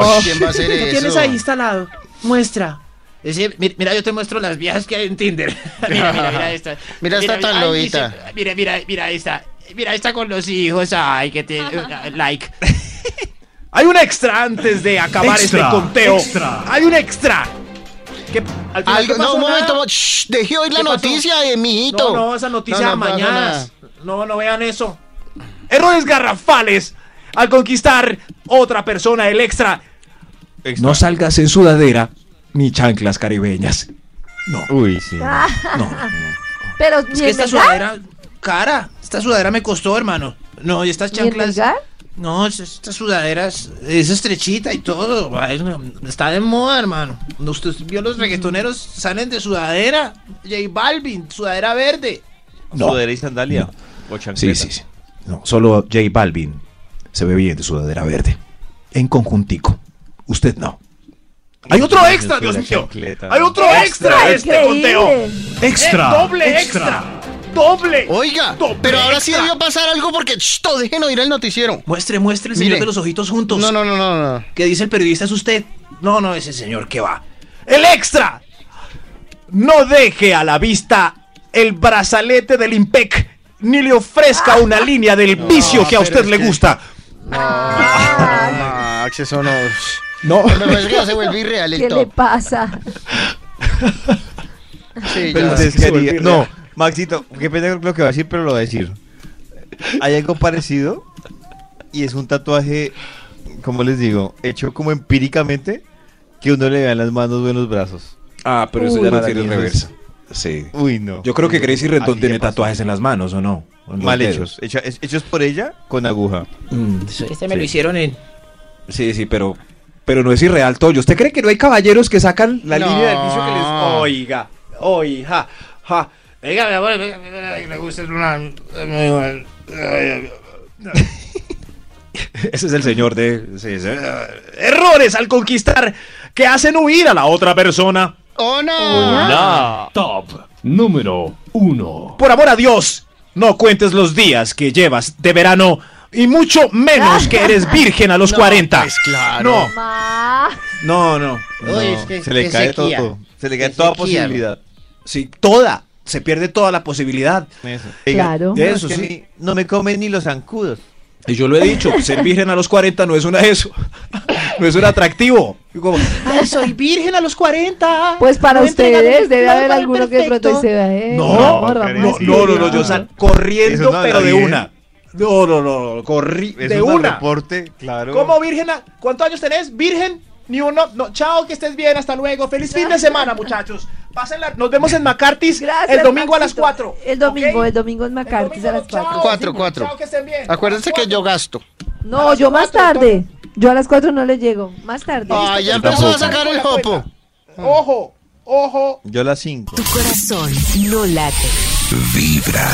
Speaker 4: no.
Speaker 8: (laughs)
Speaker 7: ¿Quién va a hacer eso?
Speaker 2: Oh, tienes ahí instalado? Muestra.
Speaker 8: Es decir, mi- mira, yo te muestro las viejas que hay en Tinder. (laughs) mira, mira, mira esta.
Speaker 7: Mira esta tan
Speaker 8: ay,
Speaker 7: lobita.
Speaker 8: dice- Mira, mira, mira esta. Mira esta con los hijos. Ay,
Speaker 2: (laughs)
Speaker 8: que te. uh, Like.
Speaker 5: Hay un extra antes de acabar
Speaker 9: Extra,
Speaker 5: este conteo.
Speaker 9: extra.
Speaker 5: Hay un extra. ¿Qué- al final
Speaker 7: Algo-
Speaker 5: qué
Speaker 7: no,
Speaker 5: pasó?
Speaker 7: un
Speaker 5: Nada.
Speaker 7: momento. Shh, dejé oír la
Speaker 5: ¿Qué pasó?
Speaker 7: noticia de mi hijito.
Speaker 8: No, no, esa noticia
Speaker 7: No, no pasa
Speaker 8: mañana.
Speaker 7: nada.
Speaker 8: No, no vean eso.
Speaker 5: Errores garrafales al conquistar otra persona, el extra. No salgas en sudadera ni chanclas caribeñas.
Speaker 3: Uy, sí.
Speaker 5: No.
Speaker 8: (laughs)
Speaker 4: Pero
Speaker 8: Es que esta sudadera. Cara, esta sudadera me costó, hermano. No, y estas chanclas. No, es- esta sudadera es, es estrechita y todo. ay, no, Está de moda, hermano. No, Usted vio los reggaetoneros salen de sudadera. J Balvin, sudadera verde.
Speaker 5: No.
Speaker 3: Sudadera y sandalia. O
Speaker 5: Sí,
Speaker 3: chancleta.
Speaker 5: sí, sí. No, solo J Balvin se ve bien de sudadera verde. En conjuntico. Usted no. Hay otro
Speaker 3: Dios
Speaker 5: extra,
Speaker 3: mío,
Speaker 5: Dios
Speaker 3: la
Speaker 5: mío.
Speaker 3: chancleta.
Speaker 5: Hay otro extra de este conteo.
Speaker 9: Extra.
Speaker 5: Es doble extra. Doble.
Speaker 7: Oiga,
Speaker 5: Doble
Speaker 7: pero ahora sí
Speaker 5: extra.
Speaker 7: debió pasar algo porque shh, todo dejen oír el noticiero.
Speaker 8: Muestre, muestre el
Speaker 7: Mire.
Speaker 8: señor de los ojitos juntos.
Speaker 7: No, no, no, no, no.
Speaker 8: Que dice el periodista es usted. No, no, ese señor que va.
Speaker 5: El extra. No deje a la vista el brazalete del Impec ni le
Speaker 8: Ah.
Speaker 5: ofrezca una línea del vicio que a usted le gusta.
Speaker 7: Max, eso Ah, no.
Speaker 5: No.
Speaker 7: Me parece que ya se vuelve irreal el (laughs)
Speaker 4: ¿Qué le
Speaker 7: top.
Speaker 4: pasa?
Speaker 7: Sí,
Speaker 3: Pero
Speaker 7: ya.
Speaker 3: ustedes
Speaker 5: que se
Speaker 3: qué harían-
Speaker 5: volvió
Speaker 3: No,
Speaker 5: real.
Speaker 3: Maxito, qué pena con lo que va a decir, pero lo va a decir. Hay algo parecido y es un tatuaje, como les digo, hecho como empíricamente que uno le vea en las manos o en los brazos.
Speaker 5: Ah,
Speaker 4: pero eso ya
Speaker 3: no tiene reversa.
Speaker 5: Sí.
Speaker 3: Uy, no.
Speaker 5: Yo creo que Gracie
Speaker 3: Así
Speaker 5: Rendón tiene
Speaker 3: ya pasó.
Speaker 5: tatuajes en las manos, ¿o no? O en los
Speaker 3: Mal
Speaker 5: dedos.
Speaker 3: hechos, hecha- es- hechos por ella con aguja.
Speaker 5: Mm,
Speaker 8: Este me
Speaker 5: Sí.
Speaker 8: lo hicieron en.
Speaker 5: sí, sí, pero, pero no es irreal, Toyo. ¿Usted cree que no hay caballeros que sacan la
Speaker 7: No.
Speaker 5: línea del vicio que les... Oiga, oiga, ja.
Speaker 8: Venga, mi amor, venga, venga, venga, me gusta una. me igual. Ay,
Speaker 5: (laughs) Ese es el señor de... sí, sí. Errores al conquistar que hacen huir a la otra persona.
Speaker 7: ¡Oh, no!
Speaker 8: Ah.
Speaker 9: Top número 1.
Speaker 5: Por amor a Dios, no cuentes los días que llevas de verano Y mucho menos que (laughs) eres virgen a los 40.
Speaker 7: pues claro.
Speaker 5: No,
Speaker 4: Max.
Speaker 5: no, no.
Speaker 3: No,
Speaker 8: Uy, es que-
Speaker 3: se le
Speaker 8: que
Speaker 3: cae
Speaker 8: sequía.
Speaker 3: todo. Se le cae
Speaker 8: Que
Speaker 3: toda
Speaker 8: sequía,
Speaker 3: posibilidad.
Speaker 5: Sí, toda. Se pierde toda la posibilidad.
Speaker 3: Eso.
Speaker 4: Claro.
Speaker 3: Oiga,
Speaker 5: Eso
Speaker 3: es que
Speaker 5: sí.
Speaker 3: a mí No me comen ni los zancudos.
Speaker 5: Y yo lo he dicho, ser virgen a los 40 no es una eso. (laughs) No es un atractivo. Y como,
Speaker 2: Ay,
Speaker 8: (laughs)
Speaker 2: soy virgen a los 40.
Speaker 4: (laughs) Pues para
Speaker 2: No entregan
Speaker 4: ustedes
Speaker 2: el
Speaker 4: debe haber
Speaker 2: cuerpo al
Speaker 4: alguno que de pronto
Speaker 2: perfecto.
Speaker 4: dice, eh,
Speaker 5: No,
Speaker 4: vamos,
Speaker 3: no,
Speaker 4: vamos,
Speaker 5: no,
Speaker 3: Sí,
Speaker 5: no, no, no,
Speaker 3: no.
Speaker 5: yo sal corriendo,
Speaker 3: Eso no
Speaker 5: pero de
Speaker 3: habla
Speaker 5: una. No, no, no, corrí
Speaker 3: Es
Speaker 5: de
Speaker 3: un mal
Speaker 5: una.
Speaker 3: reporte, claro.
Speaker 2: ¿Cómo virgen? a- ¿Cuántos años tenés? ¿Virgen? Ni uno. No, chao, que estés bien. Hasta luego. Feliz fin de semana, muchachos. Pásenla. Nos vemos en McCarthy's
Speaker 4: Gracias,
Speaker 2: el domingo a las
Speaker 4: Maxito.
Speaker 2: 4.
Speaker 4: El domingo, el domingo en McCarthy's a las 4.
Speaker 2: Chao,
Speaker 7: Cuatro,
Speaker 2: sí,
Speaker 7: cuatro.
Speaker 2: Chao, que estén bien.
Speaker 7: Acuérdense que yo gasto.
Speaker 4: No, yo más tarde. Yo a las 4 no le llego. Más tarde.
Speaker 7: Ay, Ah, ya empezó a sacar el jopo.
Speaker 2: Ojo, ojo.
Speaker 3: Yo a las 5.
Speaker 1: Tu corazón no late.
Speaker 10: Vibra.